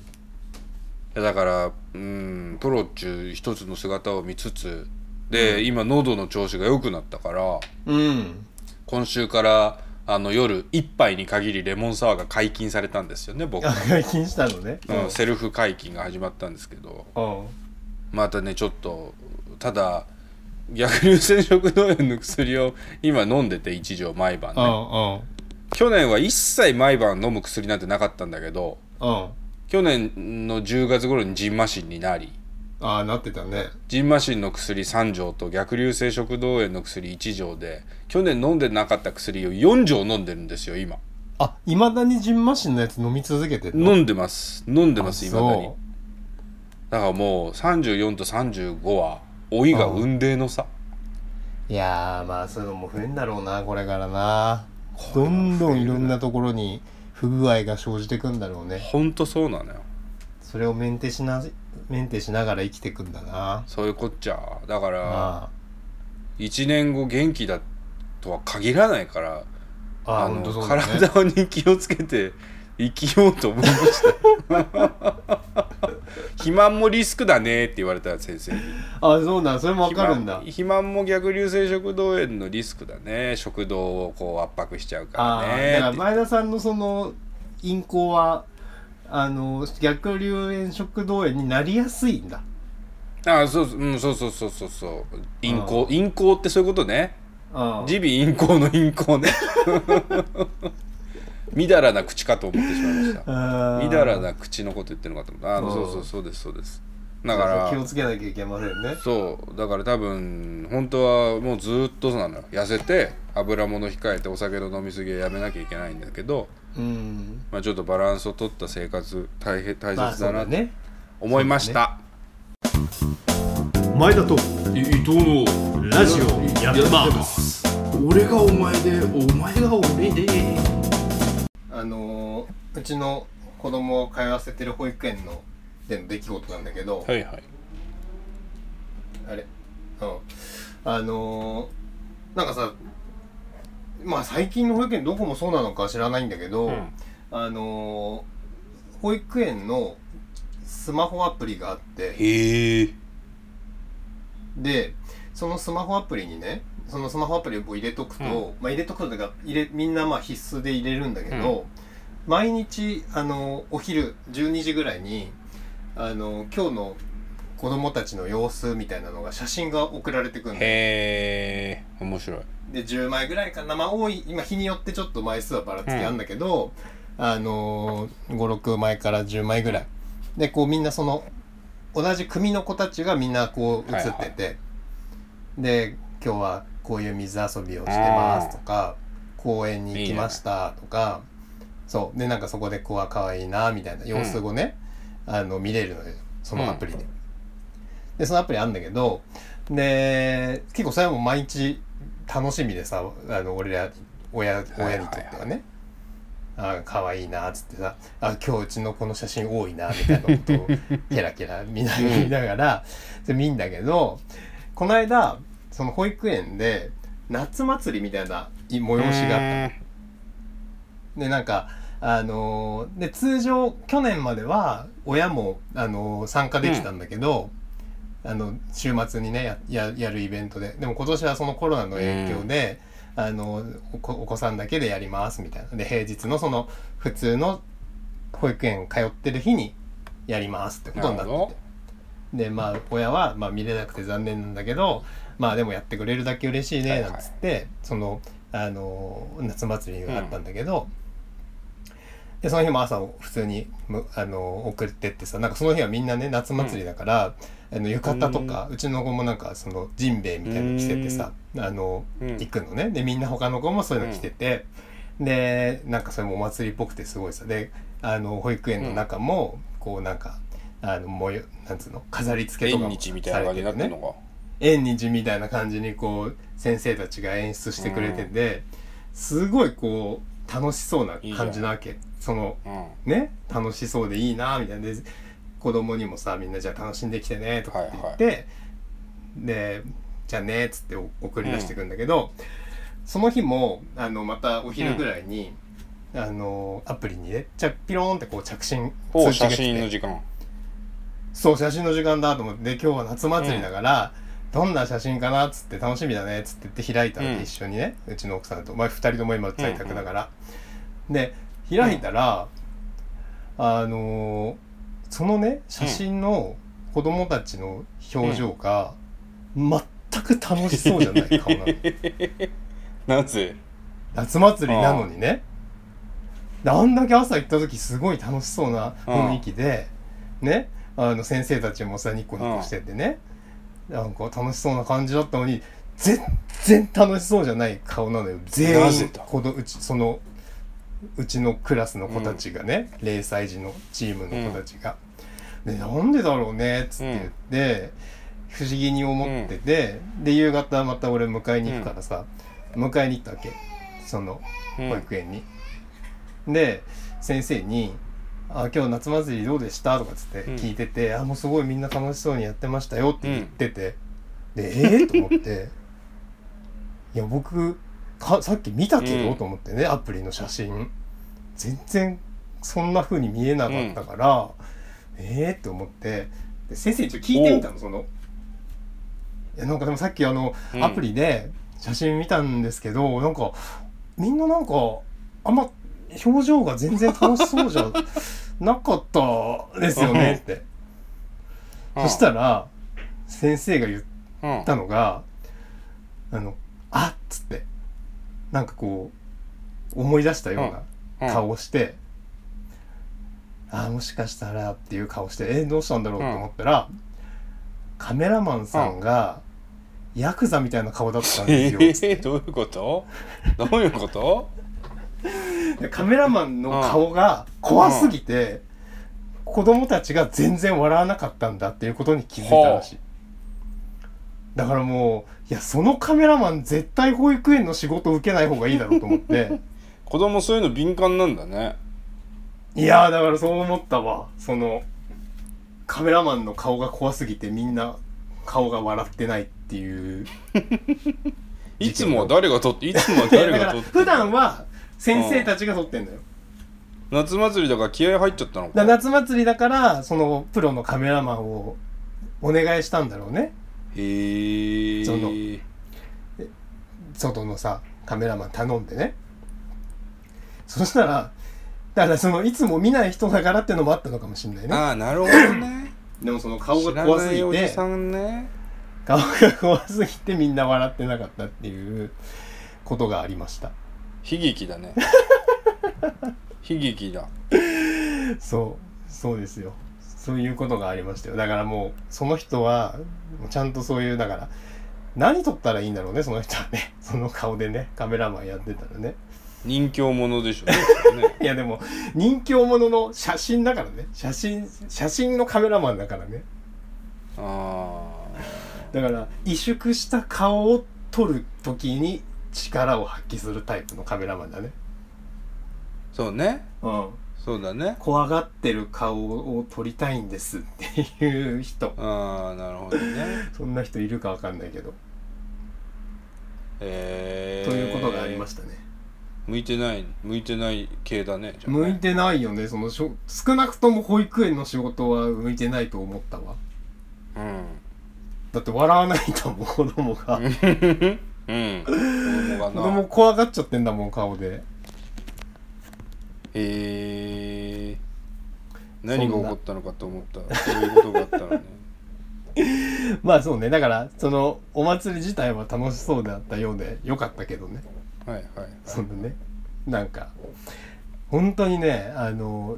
Speaker 1: やだからうんプロっちゅう一つの姿を見つつで、今喉の調子が良くなったから
Speaker 3: うん
Speaker 1: 今週からあの夜一杯に限りレモンサワーが解禁されたんですよね僕
Speaker 3: あ、解禁したのね
Speaker 1: うん、セルフ解禁が始まったんですけど
Speaker 3: うん
Speaker 1: またねちょっとただ逆流性食道炎の薬を今飲んでて一錠毎晩
Speaker 3: う
Speaker 1: ね
Speaker 3: んうん
Speaker 1: 去年は一切毎晩飲む薬なんてなかったんだけど
Speaker 3: うん
Speaker 1: 去年の10月頃にジンマシンになり
Speaker 3: ああなってたね
Speaker 1: ジンマシンの薬3錠と逆流性食道炎の薬1錠で去年飲んでなかった薬を4錠飲んでるんですよ今
Speaker 3: あいまだにジンマシンのやつ飲み続けてる
Speaker 1: 飲んでます飲んでます
Speaker 3: あ
Speaker 1: 今だに
Speaker 3: そ
Speaker 1: だからもう34と35は老いが雲泥の差
Speaker 3: いやーまあそういうのも増えんだろうなこれからなどんどんいろんなところに不具合が生じてくんだろうね
Speaker 1: ほんとそうなのよ
Speaker 3: それをメンテしなメンテしながら生きてくんだな
Speaker 1: そういうこっちゃだから
Speaker 3: あ
Speaker 1: 1年後元気だとは限らないから
Speaker 3: あああ
Speaker 1: の
Speaker 3: 本当そうだね
Speaker 1: 体に気をつけて生きようと思いました 肥満もリスクだねって言われた先生に
Speaker 3: あそうなんそれもわかるんだ
Speaker 1: 肥満肥満も逆流性食道炎のリスクだね食道をこう圧迫しちゃう
Speaker 3: あ
Speaker 1: から
Speaker 3: あだから
Speaker 1: ねって
Speaker 3: 前田さんのその咽喉はあの逆流炎食道炎になりやすいんだ
Speaker 1: ああそうそう,、うん、そうそうそうそうそう陰行陰行ってそういうことね
Speaker 3: あ
Speaker 1: 耳鼻咽喉の咽 喉ねみだらな口かと思ってしまいました
Speaker 3: あ
Speaker 1: みだらな口のこと言ってるのかと思ったあの
Speaker 3: うん
Speaker 1: そうそうそうですそうですだから
Speaker 3: 気をつけなきゃいけませんね
Speaker 1: そうだから多分本当はもうずっとそうなのよ痩せて油物控えてお酒の飲み過ぎはやめなきゃいけないんだけど、
Speaker 3: うん
Speaker 1: まあ、ちょっとバランスを取った生活大変大
Speaker 3: まあ
Speaker 1: 切
Speaker 3: そ
Speaker 1: だ
Speaker 3: うだ
Speaker 1: なと
Speaker 3: ね
Speaker 1: 思いました、
Speaker 4: 前田と
Speaker 5: 伊藤の
Speaker 4: ラジオやってます
Speaker 5: 俺がお前でお前が俺で
Speaker 2: あのーうちの子供を通わせてる保育園のでの出来事なんだけど、
Speaker 1: はいはい
Speaker 2: あれうんあのーなんかさまあ最近の保育園どこもそうなのか知らないんだけど、
Speaker 1: ん
Speaker 2: あのー保育園のスマホアプリがあって
Speaker 1: へえ
Speaker 2: でそのスマホアプリにねそのスマホアプリを入れとくと、まあ入れとくとてか入れみんなまあ必須で入れるんだけど、毎日あのーお昼12時ぐらいにあのー今日の子供たちの様子みたいなのが写真が送られてくるんで
Speaker 1: へえ面白い
Speaker 2: で10枚ぐらいかなまあ多い今日によってちょっと枚数はばらつきあるんだけど、あのー、56枚から10枚ぐらいでこうみんなその同じ組の子たちがみんなこう写ってて、で今日はこういう水遊びをしてますとか公園に行きましたとかそうでなんかそこで子は可愛いなみたいな様子をね、あの見れるのよそのアプリで。でそのアプリあんだけどで結構それはもう毎日楽しみでさあの俺ら親親にとってはね、ああ可愛いなっつってさあ今日うちの子の写真多いなみたいなこと をケラケラ見な見ながらで見んだけどこの間その保育園で夏祭りみたいな催しがあったのでなんかあのーで通常去年までは親も、あのー参加できたんだけど、あの週末にねやややるイベントででも今年はそのコロナの影響で、あのーお子お子さんだけでやりますみたいなで平日のその普通の保育園通ってる日にやりますってことになっ
Speaker 1: なるほ
Speaker 2: ててでまあ親は、まあ、見れなくて残念なんだけどまあでもやってくれるだけ嬉しい
Speaker 1: は
Speaker 2: ね
Speaker 1: い
Speaker 2: な
Speaker 1: はい
Speaker 2: んつって、その、あのー夏祭りがあったんだけど。でその日も朝を普通にむあの送ってってさなんかその日はみんなね夏祭りだから、あの浴衣とか、うちの子もなんかそのジンベエみたいなの着せてさ、あの
Speaker 1: うん
Speaker 2: 行くのねでみんな他の子もそういうの着てて、でなんかそれもお祭りっぽくてすごいさであの保育園の中もこうなんか、あの模様なんつうの飾り付けとか
Speaker 1: 縁
Speaker 2: も
Speaker 1: 日みたいな感じになってんのか
Speaker 2: 縁日みたいな感じにこう先生たちが演出してくれてて、すごいこう楽しそうな感じなわけその
Speaker 1: うん
Speaker 2: ね楽しそうでいいなみたいなで子供にもさみんなじゃあ楽しんできてねとかって言って、でじゃあねっつってお送り出してくんだけど、その日もあのまたお昼ぐらいに、あのアプリにねじゃあピローンってこう着信
Speaker 1: お
Speaker 2: 通知が
Speaker 1: 写
Speaker 2: 来て
Speaker 1: 真の時間
Speaker 2: そう写真の時間だと思ってで今日は夏祭りだから、どんな写真かなっつって楽しみだねっつって言って開いたので、
Speaker 1: うん
Speaker 2: 一緒にねうちの奥さんと、まあ、2人とも今在宅だから、で開いたら、あのーそのね写真の子供たちの表情が、全く楽しそうじゃない顔なの
Speaker 1: なぜ
Speaker 2: 夏祭りなのにねであんだけ朝行った時すごい楽しそうな雰囲気で、ねあの先生たちもさニコニコしててね、なんか楽しそうな感じだったのに全然楽しそうじゃない顔なのよ全
Speaker 1: なぜ
Speaker 2: 員
Speaker 1: だ
Speaker 2: このうちそのうちのクラスの子たちがね、0歳児のチームの子たちが。でなんでだろうねっつって言って、不思議に思ってて、で夕方また俺迎えに行くからさ、迎えに行ったわけその
Speaker 1: うん
Speaker 2: 保育園に。で先生に「あ今日夏祭りどうでした?」とかっつって
Speaker 1: うん
Speaker 2: 聞いてて「あもうすごいみんな楽しそうにやってましたよ」って言ってて、 でええー、と思って「いや僕かさっき見たけど」
Speaker 1: うん
Speaker 2: と思ってねアプリの写真全然そんな風に見えなかったから、ええー、と思ってで先生にちょっと聞いてみたのその。いやなんかでもさっきあの、
Speaker 1: うん
Speaker 2: アプリで写真見たんですけどなんかみんななんかあんま表情が全然楽しそう じゃなかったですよねって。そしたら先生が言っ
Speaker 1: らうん
Speaker 2: たのが「あのあっ」つってなんかこう思い出したよ
Speaker 1: う
Speaker 2: う
Speaker 1: ん
Speaker 2: な顔をして「ああもしかしたら」っていう顔して「えどうしたんだろう?」と思ったらカメラマンさんがヤクザみたいな顔だったん
Speaker 1: え
Speaker 2: ですよっつって。
Speaker 1: ー、どういうことどういうこと
Speaker 2: でカメラマンの顔が怖すぎて、子供たちが全然笑わなかったんだっていうことに気づいたらしい。だからもう、いや、そのカメラマン絶対保育園の仕事受けない方がいいだろうと思 って。
Speaker 1: 子供そういうの敏感なんだね
Speaker 2: いやー、だからそう思ったわ。その、カメラマンの顔が怖すぎてみんな顔が笑ってないっていう。
Speaker 1: いつもは誰が撮っていつもは誰
Speaker 2: だ
Speaker 1: が撮
Speaker 2: から
Speaker 1: って
Speaker 2: 普段は先生たちが撮ってんだよ。
Speaker 1: 夏祭りだから気合入っちゃったの
Speaker 2: だ
Speaker 1: か
Speaker 2: 夏祭りだから、そのプロのカメラマンをお願いしたんだろうね。
Speaker 1: へえ
Speaker 2: その外のさカメラマン頼んでねそしたらだからそのいつも見ない人だからってのもあったのかもしれないね
Speaker 1: ああなるほどね
Speaker 2: でもその 顔が怖すぎ
Speaker 1: おじ
Speaker 2: て
Speaker 1: さんね
Speaker 2: 顔が怖すぎてみんな笑ってなかったっていうことがありました
Speaker 1: 悲劇だ ね悲劇だ
Speaker 2: そうそうですよそういうことがありましたよだからもうその人はちゃんとそういうだから何撮ったらいいんだろうねその人はねその顔でねカメラマンやってたらね
Speaker 1: 人形者で しょうね
Speaker 2: いやでも人気者の写真だからね写真写真のカメラマンだからね
Speaker 1: あ
Speaker 2: だから萎縮した顔を撮る時に力を発揮するタイプのカメラマンだね
Speaker 1: ーそうね
Speaker 2: うん
Speaker 1: そうだね
Speaker 2: 怖がってる顔を撮りたいんですっていう人
Speaker 1: ああなるほど ね
Speaker 2: そんな人いるかわかんないけど、
Speaker 1: えー、
Speaker 2: ということがありましたね
Speaker 1: 向いてない向いてない系だねじゃあね
Speaker 2: 向いてないよねそのしょ少なくとも保育園の仕事は向いてないと思ったわだって笑わないと思う子供が
Speaker 1: うんうん子供が
Speaker 2: 子
Speaker 1: な
Speaker 2: 供怖がっちゃってんだもん顔で
Speaker 1: えー、何が
Speaker 2: そん
Speaker 1: 起
Speaker 2: な
Speaker 1: こったのかと思ったそういうことがあったらね
Speaker 2: まあそうねだからそのお祭り自体は楽しそうだったようでよかったけどね
Speaker 1: はいはいはい
Speaker 2: そんなねなんか本当にねあの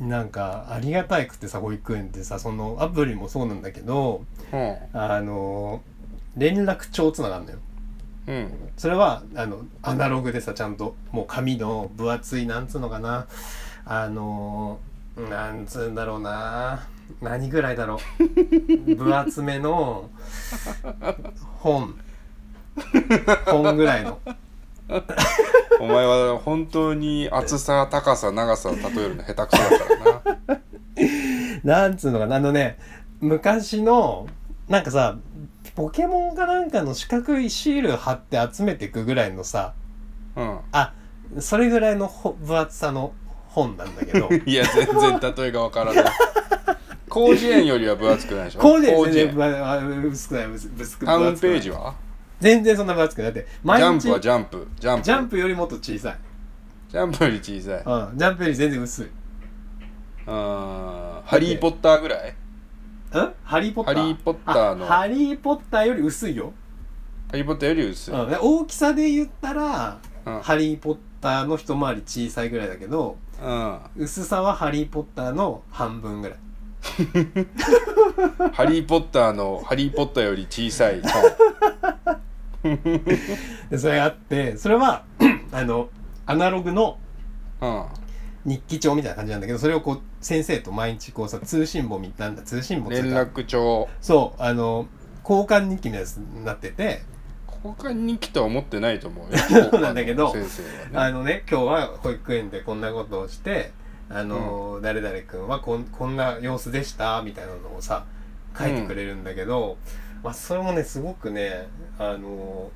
Speaker 2: なんかありがたいくてさ保育園ってさそのアプリもそうなんだけどあの連絡帳つながるのよ
Speaker 1: うんうん
Speaker 2: それはあのアナログでさちゃんともう紙の分厚いなんつうのかなあのなんつうんだろうな何ぐらいだろう分厚めの本本ぐらいの
Speaker 1: お前は本当に厚さ高さ長さを例えるの下手くそだからな
Speaker 2: なんつうのかなあのね昔のなんかさポケモンかなんかの四角いシール貼って集めていくぐらいのさ
Speaker 1: うん
Speaker 2: それぐらいのほ分厚さの本なんだけど
Speaker 1: いや全然例えがわからない広辞園よりは分厚くないでしょ
Speaker 2: こうで全
Speaker 1: 広辞
Speaker 2: 然
Speaker 1: 園
Speaker 2: 分あ薄くない薄く薄く
Speaker 1: タ
Speaker 2: 分
Speaker 1: ウン
Speaker 2: 厚くな
Speaker 1: ペ
Speaker 2: い
Speaker 1: ージは
Speaker 2: 全然そんな分厚くないだって
Speaker 1: ジャン
Speaker 2: 毎日
Speaker 1: プはジャンプジャンプ
Speaker 2: ジャンプよりもっと小さい、
Speaker 1: ジャンプより小さい
Speaker 2: うん、ジャンプより全然薄いん
Speaker 1: あーハリー・ポッターぐらい
Speaker 2: ハリー・ポッター
Speaker 1: ハリーポッターの
Speaker 2: あハリー・ポッターより薄いよ、
Speaker 1: ハリー・ポッターより薄
Speaker 2: う
Speaker 1: い、
Speaker 2: ん、で大きさで言ったら、
Speaker 1: うん
Speaker 2: ハリー・ポッターの一回り小さいぐらいだけど
Speaker 1: うん
Speaker 2: 薄さはハリー・ポッターの半分ぐらい。
Speaker 1: ハリー・ポッターのハリー・ポッターより小さい本
Speaker 2: で、それがあって、それは、 あの、アナログの
Speaker 1: うん
Speaker 2: 日記帳みたいな感じなんだけど、それをこう、先生と毎日こうさ、通信簿みたいな、通信簿ってい
Speaker 1: 連
Speaker 2: うか
Speaker 1: 絡帳
Speaker 2: そう、あの、交換日記みたいなやつになってて、
Speaker 1: 交換日記とは思ってないと思う よ
Speaker 2: うなんだけど
Speaker 1: 先生は
Speaker 2: あ
Speaker 1: ね
Speaker 2: のね、今日は保育園でこんなことをして、あの、誰々君はこんこんな様子でした、みたいなのをさ、書いてくれるんだけど、まあ、それもね、すごくね、あの、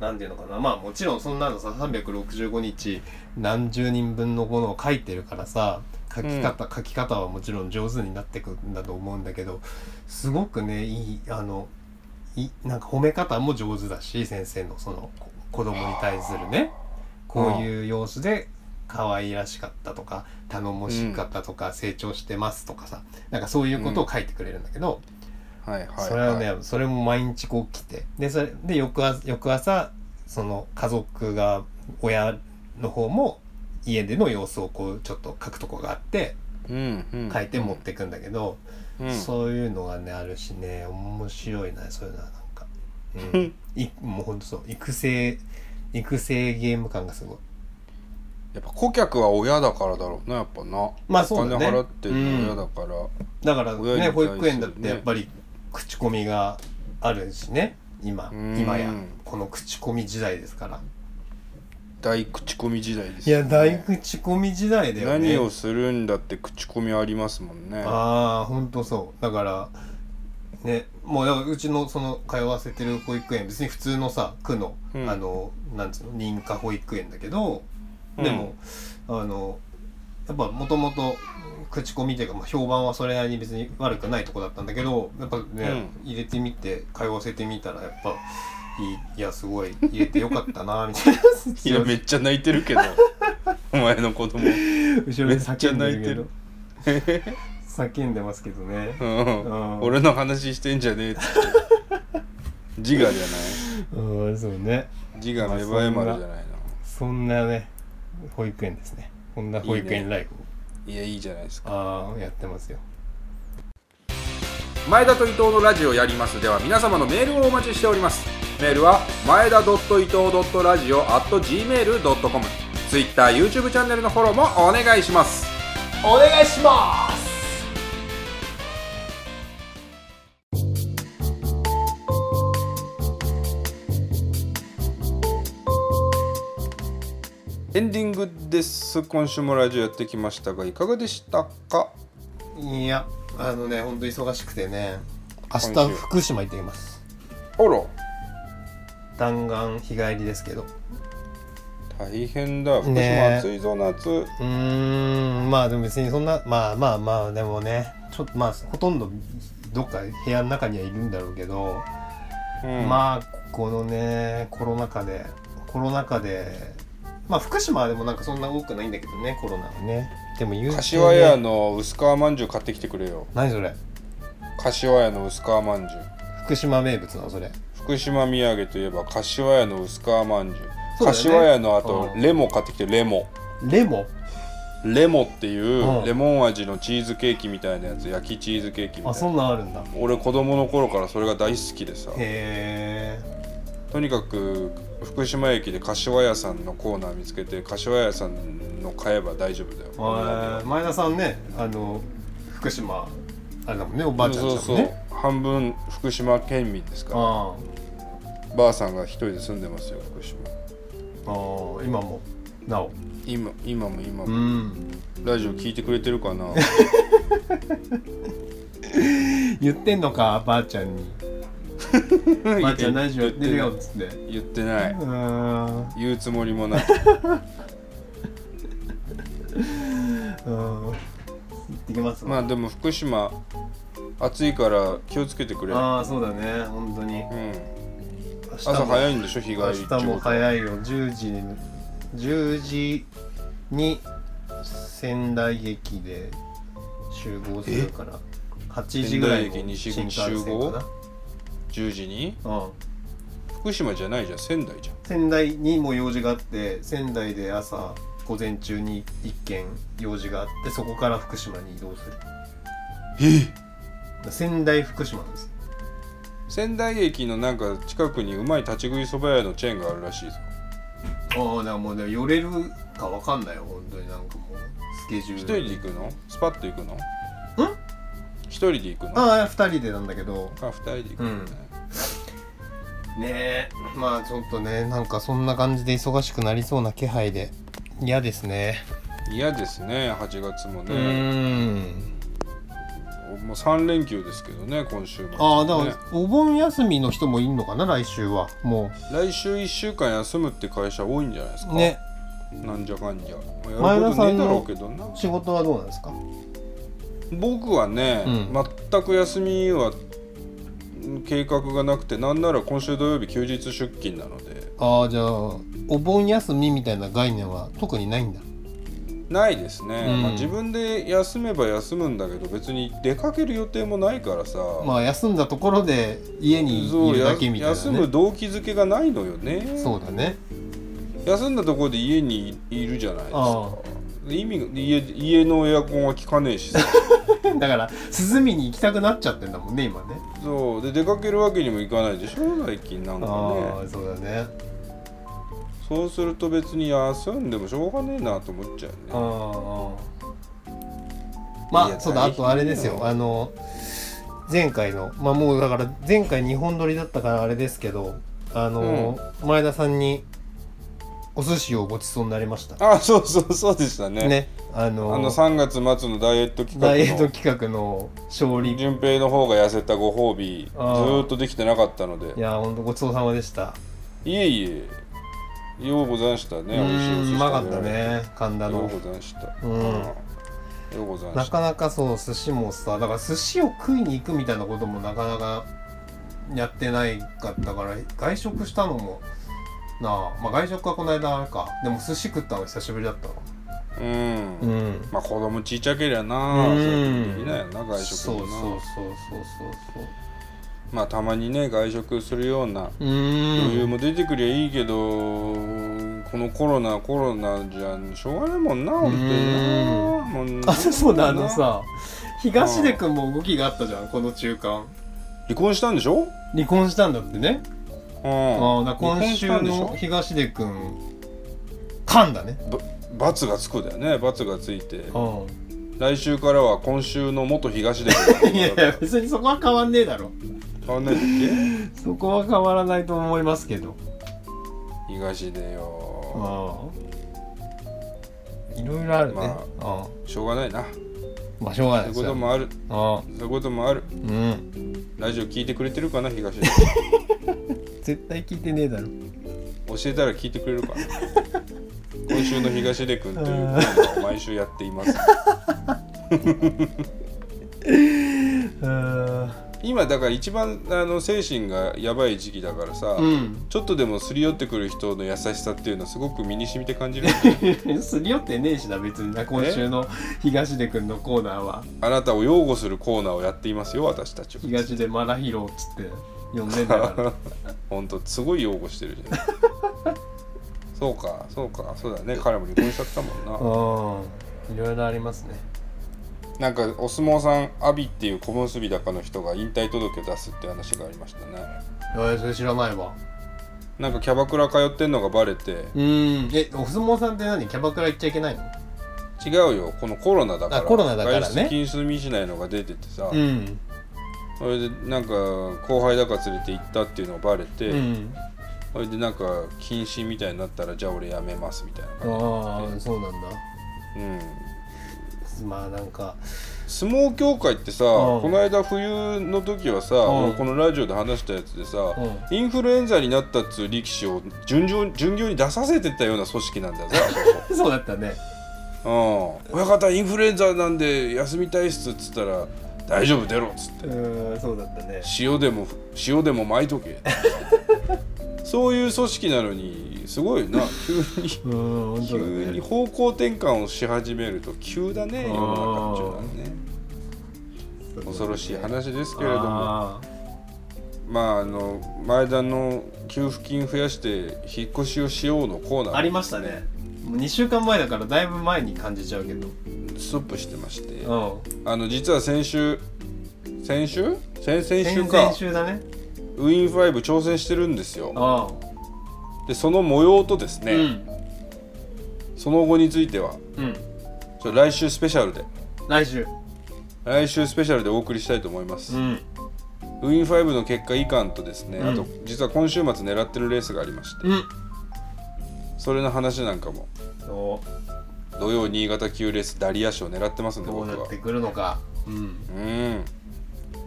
Speaker 2: なんていうのかな、まあ、もちろんそんなのさ、365日、何十人分のものを書いてるからさ、書き方、書き方はもちろん上手になってくんだと思うんだけど、すごくね、いい、あの、いなんか褒め方も上手だし先生のそのこ子供に対するねこういう様子で可愛らしかったとか頼もしかったとか、成長してますとかさなんかそういうことを書いてくれるんだけど、
Speaker 1: はいはいはい
Speaker 2: それはねそれも毎日こう来てでそれで翌朝翌朝その家族が親の方も家での様子をこうちょっと書くとこがあって
Speaker 1: うんうん
Speaker 2: 書いて持ってくんだけど、
Speaker 1: うん
Speaker 2: そういうのがねあるしね面白いなそういうのはなん か、うん、いもうほんとそう育成育成ゲーム感がすごい
Speaker 1: やっぱ顧客は親だからだろうなやっぱな
Speaker 2: まあそうだね
Speaker 1: お金払ってるの親だから、
Speaker 2: だから
Speaker 1: 親に対する
Speaker 2: ね保
Speaker 1: ね
Speaker 2: 育園だってやっぱり口コミがあるしね今
Speaker 1: うん
Speaker 2: 今やこの口コミ時代ですから
Speaker 1: 大口コミ時代です
Speaker 2: いや
Speaker 1: よ
Speaker 2: 大口コミ時代だよね
Speaker 1: 何をするんだって口コミありますもんね
Speaker 2: ああほんとそうだからねもうだからうちのその通わせてる保育園別に普通のさ区の、
Speaker 1: うん
Speaker 2: あのなんつうの認可保育園だけどでも、あのやっぱもともと口コミというか、まあ、評判はそれなりに別に悪くないとこだったんだけどやっぱね、入れてみて通わせてみたらやっぱいいいやすごい入れてよかったなみ たいな
Speaker 1: いやめっちゃ泣いてる けどお前の子供
Speaker 2: 後ろで叫んでるけど。叫んでますけどね
Speaker 1: うん
Speaker 2: ん
Speaker 1: 俺の話してんじゃねえっ つって自我じゃな
Speaker 2: うんそうね
Speaker 1: い自我芽生え丸じゃない
Speaker 2: そんなね保育園ですねこんな保育園ライフを
Speaker 1: のいやいいじゃないですか
Speaker 2: ああやってますよ
Speaker 1: 前田と伊藤のラジオやりますでは皆様のメールをお待ちしておりますメールは前田伊藤ラジオ at gmail.com ツイッター YouTube チャンネルのフォローもお願いします
Speaker 2: お願いします
Speaker 1: エンディングです今週もラジオやってきましたがいかがでしたか
Speaker 2: いやあのね本当忙しくてね明
Speaker 1: 今週
Speaker 2: 日福島行ってきます
Speaker 1: あら
Speaker 2: 弾丸日帰りですけど
Speaker 1: 大変だ福島
Speaker 2: ね
Speaker 1: 暑いぞ夏、
Speaker 2: うーんまあでも別にそんなまあまあまあでもねちょっとまあほとんどどっか部屋の中にはいるんだろうけど、
Speaker 1: うん
Speaker 2: まあこのねコロナ禍でコロナ禍でまあ福島はでもなんかそんな多くないんだけどねコロナはねでも言うてね
Speaker 1: 柏屋の薄皮まんじゅう買ってきてくれよ
Speaker 2: 何それ
Speaker 1: 柏屋の薄皮まんじゅう
Speaker 2: 福島名物なのそれ
Speaker 1: 福島土産といえば柏屋の薄皮まんじゅう
Speaker 2: そうだよね
Speaker 1: 柏屋のあと
Speaker 2: うん
Speaker 1: レモ買ってきてレモ
Speaker 2: レモ
Speaker 1: レモっていう
Speaker 2: うん
Speaker 1: レモン味のチーズケーキみたいなやつ焼きチーズケーキみ
Speaker 2: あ
Speaker 1: た
Speaker 2: そ
Speaker 1: いなん
Speaker 2: なんあるんだ
Speaker 1: 俺子供の頃からそれが大好きでさ
Speaker 2: へえ
Speaker 1: とにかく福島駅で柏屋さんのコーナー見つけて柏屋さんの買えば大丈夫だよ
Speaker 2: 前田さんねあの福島あれだもんねおばあちゃん
Speaker 1: そう
Speaker 2: ちゃ
Speaker 1: そ
Speaker 2: ん
Speaker 1: う
Speaker 2: ね
Speaker 1: 半分福島県民ですか
Speaker 2: あ
Speaker 1: らばあさんが一人で住んでますよ福島
Speaker 2: あああ今もなお
Speaker 1: 今今も今
Speaker 2: う
Speaker 1: も
Speaker 2: ん
Speaker 1: ラジオ聞いてくれてるかな
Speaker 2: 言ってんのかばあちゃんに ばあちゃんラジオやってるよっつってう
Speaker 1: 言ってない
Speaker 2: ーん
Speaker 1: 言うつもりも ない
Speaker 2: 行ってきます
Speaker 1: まあでも福島暑いから気をつけてくれうん
Speaker 2: ああそうだね本当に
Speaker 1: 朝早
Speaker 2: い
Speaker 1: いんでしょ日帰り
Speaker 2: 明
Speaker 1: って
Speaker 2: 日も早いよ10時に10時に仙台駅で集合するから8時ぐらい
Speaker 1: 仙台駅
Speaker 2: に
Speaker 1: 西
Speaker 2: 新
Speaker 1: 口
Speaker 2: 幹線か
Speaker 1: 10時に
Speaker 2: な、うん、
Speaker 1: 福島じゃないじゃん仙台じゃん
Speaker 2: 仙台にも用事があって仙台で朝午前中に1件用事があってそこから福島に移動する仙台福島なんですよ
Speaker 1: 仙台駅のなんか近くにうまい立ち食いそば屋のチェーンがあるらしいぞ
Speaker 2: ああだからもうね寄れるかわかんないよ本当になんかもうスケジュール
Speaker 1: 一人で行くのスパッと行くのん一人で行くのあ
Speaker 2: ああ2人でなんだけど
Speaker 1: 二人で行くのね、
Speaker 2: ねえまあちょっとねなんかそんな感じで忙しくなりそうな気配で嫌ですね
Speaker 1: 嫌ですね8月も
Speaker 2: う
Speaker 1: ね、
Speaker 2: ーん
Speaker 1: もう3連休ですけどね今週も、ね、
Speaker 2: ああだからお盆休みの人もいんのかな来週はも
Speaker 1: 来週1週間休むって会社多いんじゃないですか
Speaker 2: うね
Speaker 1: なんじゃかんじゃまあやることねえだろうけどな
Speaker 2: 仕事はどうなんですか
Speaker 1: 僕はね、
Speaker 2: うん
Speaker 1: 全く休みは計画がなくてなんなら今週土曜日休日出勤なので
Speaker 2: ああじゃあお盆休みみたいな概念は特にないんだ
Speaker 1: ないですね、
Speaker 2: うん
Speaker 1: まあ、自分で休めば休むんだけど別に出かける予定もないからさ、
Speaker 2: まあ休んだところで家に
Speaker 1: そ
Speaker 2: いうる
Speaker 1: や
Speaker 2: だけみたいな、ね、
Speaker 1: 休む動機づけがないのよね
Speaker 2: そうだね
Speaker 1: 休んだところで家にいるじゃないですか
Speaker 2: あ
Speaker 1: 意味が家家のエアコンは効かねえ しさ
Speaker 2: あ だから涼みに行きたくなっちゃってんだもんね今ね
Speaker 1: そうで出かけるわけにもいかないでしょ最近なんかね
Speaker 2: ああそうだね
Speaker 1: そうすると別に休んでもしょうがねえなと思っちゃうね
Speaker 2: ああ
Speaker 1: い
Speaker 2: ま
Speaker 1: や
Speaker 2: あそうだ
Speaker 1: 大
Speaker 2: あ
Speaker 1: 変
Speaker 2: とあれですよあの前回のまあもうだから前回日本撮りだったからあれですけどあの、前田さんにお寿司をごちそうになりました
Speaker 1: あそうそうそうでしたね
Speaker 2: ねあの
Speaker 1: あの3月末のダイエット企
Speaker 2: ダイエッ
Speaker 1: 画
Speaker 2: ト
Speaker 1: の
Speaker 2: 企画の勝利
Speaker 1: 順平の方が痩せたご褒美ず
Speaker 2: あー
Speaker 1: ーっとできてなかったの
Speaker 2: い
Speaker 1: で
Speaker 2: やーほんとごちそうさまでした
Speaker 1: いえいえようござんしたね美
Speaker 2: う
Speaker 1: 味しいお寿司
Speaker 2: んうまかったね神田
Speaker 1: 食べようよ
Speaker 2: の
Speaker 1: うござんした
Speaker 2: うん
Speaker 1: ようござん
Speaker 2: な
Speaker 1: した
Speaker 2: かなかそう寿司もさだから寿司を食いに行くみたいなこともなかなかやってないかったから外食したのもなあまあ外食はこの間あれかでも寿司食ったの久しぶりだったわ
Speaker 1: うん、
Speaker 2: うん
Speaker 1: まあ子供ちっちゃけりゃな、
Speaker 2: うん
Speaker 1: そういうことできないよな外食
Speaker 2: そう
Speaker 1: も
Speaker 2: そう
Speaker 1: な
Speaker 2: そうそうそう
Speaker 1: まあたまにね外食するような
Speaker 2: そうう
Speaker 1: 余裕
Speaker 2: ん
Speaker 1: も出てくりゃいいけど、このコロナコロナじゃしょうがないもんな本当になもんな
Speaker 2: あそうだあのさ東出君も動きがあったじゃんこの中間
Speaker 1: 離婚したんでしょ、
Speaker 2: 離婚したんだってね
Speaker 1: うん、
Speaker 2: ああだから今週
Speaker 1: 離婚した
Speaker 2: の
Speaker 1: んでし
Speaker 2: 東出君噛んだね
Speaker 1: ょ罰がつくだよね罰がついて
Speaker 2: うん
Speaker 1: 来週からは今週の元東出君
Speaker 2: いやいや別にそこは変わんねえだろ
Speaker 1: 変わんないんだっ
Speaker 2: そこは変わらないと思いますけど
Speaker 1: け東出よ
Speaker 2: うんいろいろあるね、
Speaker 1: ま
Speaker 2: あ、
Speaker 1: しょうがないな
Speaker 2: うんまあしょうがない
Speaker 1: そういう
Speaker 2: です
Speaker 1: こ
Speaker 2: よ
Speaker 1: ともある
Speaker 2: あ
Speaker 1: そういうこともある
Speaker 2: うん
Speaker 1: ラジオ聞いてくれてるかな東出
Speaker 2: 絶対聞いてねえだろ
Speaker 1: 教えたら聞いてくれ るかな今週の東出君というコーナーを毎週やっています今だから一番あの精神がやばい時期だからさ、
Speaker 2: うん
Speaker 1: ちょっとでもすり寄ってくる人の優しさっていうのはすごく身に染みて感 じる
Speaker 2: すり寄ってねえしな別にな今週の東出君のコーナーは
Speaker 1: あなたを擁護するコーナーをやっていますよ私たちは
Speaker 2: 東出マラヒロっつって呼んでんだ から
Speaker 1: ほんとすごい擁護してるじゃ んそうかそうかそうだね彼も離婚しちゃったもんな、
Speaker 2: うんいろいろありますね
Speaker 1: なんかお相撲さん阿炎っていう小結び高の人が引退届を出すって話がありましたね
Speaker 2: えー、それ知らないわ
Speaker 1: なんかキャバクラ通ってんのがバレて
Speaker 2: うんえお相撲さんって何キャバクラ行っちゃいけないの
Speaker 1: 違うよこのコロナだから
Speaker 2: あコロナだからね
Speaker 1: 外出禁止みしないのが出ててさ、
Speaker 2: ん
Speaker 1: それでなんか後輩だから連れて行ったっていうのがバレて、
Speaker 2: うん
Speaker 1: それでなんか禁止みたいになったらじゃあ俺やめますみたいな感
Speaker 2: ああそうなんだ
Speaker 1: じ、うん、
Speaker 2: まあなんか
Speaker 1: 相撲協会ってさ、
Speaker 2: うん
Speaker 1: この間冬の時はさ、
Speaker 2: ん
Speaker 1: 俺このラジオで話したやつでさ、
Speaker 2: う
Speaker 1: インフルエンザになったっつう力士を巡業巡業に出させてったような組織なんだよさ
Speaker 2: そうだったね
Speaker 1: うん親方インフルエンザなんで休みたいっすっつったら「大丈夫出ろ」っつって
Speaker 2: うんそうだったね
Speaker 1: 塩でも塩でも巻いと けそういう組織なのにすごい な急に
Speaker 2: うん本当だ
Speaker 1: 急に
Speaker 2: ね
Speaker 1: 方向転換をし始めると急だね世の中っていうのはね恐ろしい話ですけれども
Speaker 2: あ
Speaker 1: まああの前田の給付金増やして引っ越しをしようのコーナ
Speaker 2: ー
Speaker 1: ー
Speaker 2: ありましたねもう2週間前だからだいぶ前に感じちゃうけど
Speaker 1: ストップしてまして
Speaker 2: う
Speaker 1: あの実は先週先週先々
Speaker 2: ん
Speaker 1: 週
Speaker 2: 先々
Speaker 1: か
Speaker 2: 週だね
Speaker 1: ウィン5挑戦してるんですよ
Speaker 2: あ
Speaker 1: でその模様とです
Speaker 2: あ
Speaker 1: ね、
Speaker 2: うん
Speaker 1: その後については
Speaker 2: うん
Speaker 1: ちょ来週スペシャルで
Speaker 2: 来週
Speaker 1: 来週スペシャルでお送りしたいと思います、
Speaker 2: ん
Speaker 1: ウィン5の結果以下とですね、
Speaker 2: うん
Speaker 1: あと実は今週末狙ってるレースがありまして、
Speaker 2: うん
Speaker 1: それの話なんかも
Speaker 2: お
Speaker 1: 土曜新潟級レースダリア賞狙ってますんで
Speaker 2: どう
Speaker 1: 僕
Speaker 2: な
Speaker 1: は
Speaker 2: ってくるのかうん
Speaker 1: うん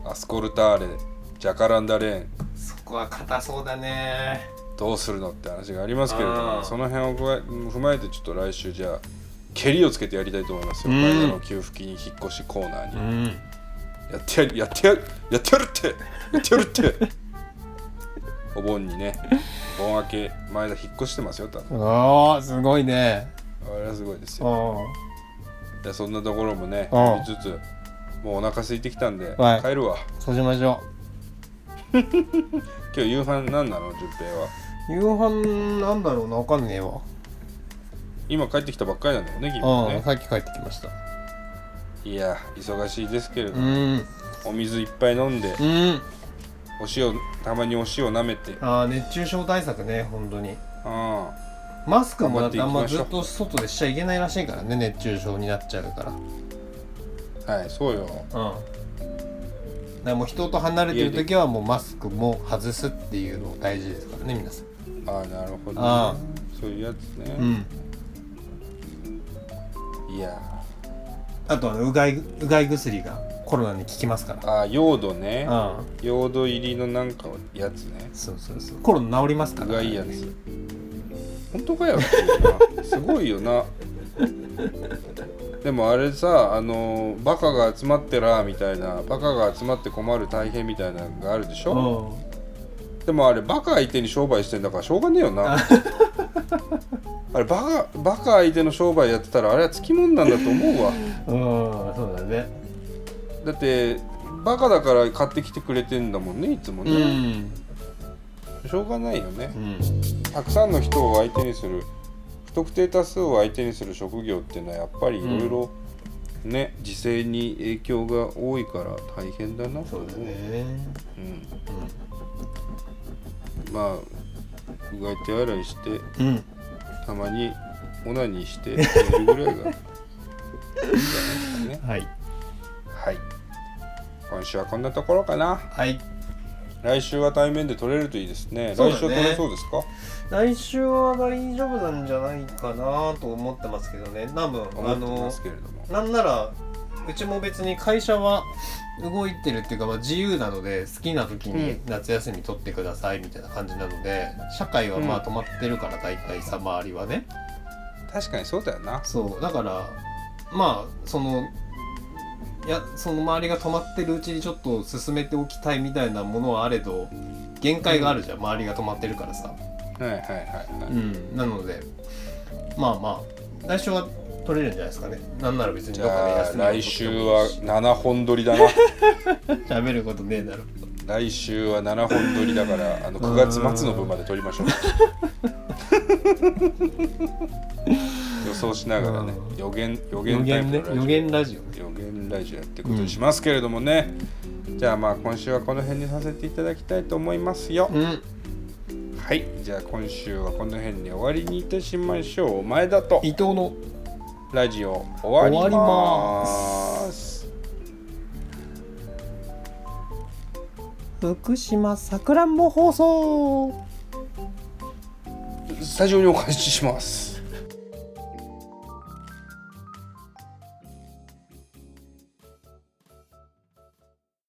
Speaker 1: アスコルターレジャカランダレーン
Speaker 2: そこは硬そうだね
Speaker 1: どうするのって話がありますけれど
Speaker 2: あ
Speaker 1: も
Speaker 2: ー
Speaker 1: その辺を踏まえ踏まえてちょっと来週じゃあ蹴りをつけてやりたいと思いますよ、
Speaker 2: うん
Speaker 1: 前田の給付金引っ越しコーナーに、
Speaker 2: うん
Speaker 1: やってやるやってやるやってやるってやってやるってお盆にねお盆明け前田引っ越してますよ多分
Speaker 2: ああすごいね
Speaker 1: あれはすごいですよ
Speaker 2: うん
Speaker 1: いやそんなところもね
Speaker 2: うん
Speaker 1: 見つつもうお腹空いてきたんで、
Speaker 2: はい
Speaker 1: 帰るわ
Speaker 2: そうしましょ
Speaker 1: 今日夕飯何なの順平は
Speaker 2: う夕飯なんだろうなわかんねえわ
Speaker 1: 今帰ってきたばっかりなんだよね君は
Speaker 2: うん
Speaker 1: ね
Speaker 2: さっき帰ってきました
Speaker 1: いや忙しいですけれど
Speaker 2: う
Speaker 1: も、
Speaker 2: ん
Speaker 1: お水いっぱい飲んで
Speaker 2: うん
Speaker 1: お塩たまにお塩舐めて
Speaker 2: ああ熱中症対策ね本当に
Speaker 1: うん
Speaker 2: マスクもだってあ
Speaker 1: 頑
Speaker 2: ん
Speaker 1: 張
Speaker 2: ま
Speaker 1: っていき
Speaker 2: ず
Speaker 1: ましょう
Speaker 2: っと外でしちゃいけないらしいからね熱中症になっちゃうから
Speaker 1: はいそうよ
Speaker 2: うんだからもう人と離れてる時はもうマスクも外すっていうの大事ですからね皆さん
Speaker 1: ああなるほど、
Speaker 2: ああ
Speaker 1: ね、そういうやつね、
Speaker 2: ん
Speaker 1: いや
Speaker 2: あとはねうがいうがい薬がコロナに効きますから
Speaker 1: ああヨードね
Speaker 2: うん
Speaker 1: ヨード入りのなんかやつね
Speaker 2: そうそうそうコロナ治りますから
Speaker 1: うがいいやつ本当かよすごいよな でもあれさあのバカが集まってらみたいなバカが集まって困る大変みたいなのがあるでし
Speaker 2: う
Speaker 1: ょ
Speaker 2: ん
Speaker 1: でもあれバカ相手に商売してんだからしょうがねえよなあれバカバカ相手の商売やってたらあれはつきもんなんだと思うわ
Speaker 2: うんそうだね
Speaker 1: だってバカだから買ってきてくれてんだもんねいつも
Speaker 2: う
Speaker 1: ね、
Speaker 2: ん
Speaker 1: しょうがないよね
Speaker 2: うん
Speaker 1: たくさんの人を相手にする不特定多数を相手にする職業っていうのはやっぱりいろいろね時勢に影響が多いから大変だな
Speaker 2: そうだね
Speaker 1: うんまあうがい手洗いして
Speaker 2: うん
Speaker 1: たまにオナニー して寝るぐらいがいいんじゃないですかね
Speaker 2: はい
Speaker 1: はい今週はこんなところかな
Speaker 2: はい
Speaker 1: 来週は対面で取れるといいですね
Speaker 2: そう
Speaker 1: 来週
Speaker 2: だね
Speaker 1: は取れそうですか
Speaker 2: 来週は大丈夫なんじゃないかなと思ってますけどね多分
Speaker 1: 思
Speaker 2: あ
Speaker 1: ってま
Speaker 2: の
Speaker 1: すけれども
Speaker 2: なんならうちも別に会社は動いてるっていうか、まあ、自由なので好きな時に夏休み取ってくださいみたいな感じなので、社会はまあ止まってるから大体さ周りはね
Speaker 1: 確かにそうだよな
Speaker 2: そうだからまあそのいやその周りが止まってるうちにちょっと進めておきたいみたいなものはあれど限界があるじゃん、周りが止まってるからさ、
Speaker 1: はいはいはいは
Speaker 2: う
Speaker 1: い
Speaker 2: ん、なのでまあまあ来週は取れるんじゃないですかねなんなら別に
Speaker 1: じ
Speaker 2: どっかで
Speaker 1: ゃあ
Speaker 2: 休みを取
Speaker 1: 来
Speaker 2: って
Speaker 1: 週
Speaker 2: もい
Speaker 1: はい
Speaker 2: し
Speaker 1: 7本撮り だな
Speaker 2: 喋ることねえだろ
Speaker 1: 来週は7本撮りだからあの9月末の分まで撮りま しょう予想しながらね予言予
Speaker 2: 予
Speaker 1: 言タイ
Speaker 2: 言
Speaker 1: ム
Speaker 2: ね
Speaker 1: のラジオ
Speaker 2: 予言
Speaker 1: 予言ラ
Speaker 2: ラジオね
Speaker 1: ジオやってことにしますけれどもね、じゃあまあ今週はこの辺にさせていただきたいと思いますよ、
Speaker 2: うん
Speaker 1: はいじゃあ今週はこの辺に終わりにいたしましょう前田と
Speaker 2: 伊藤の
Speaker 1: ラジオ終わり
Speaker 2: 終わ
Speaker 1: ます
Speaker 2: 福島さくらんぼ放送
Speaker 1: スタジオにお返しします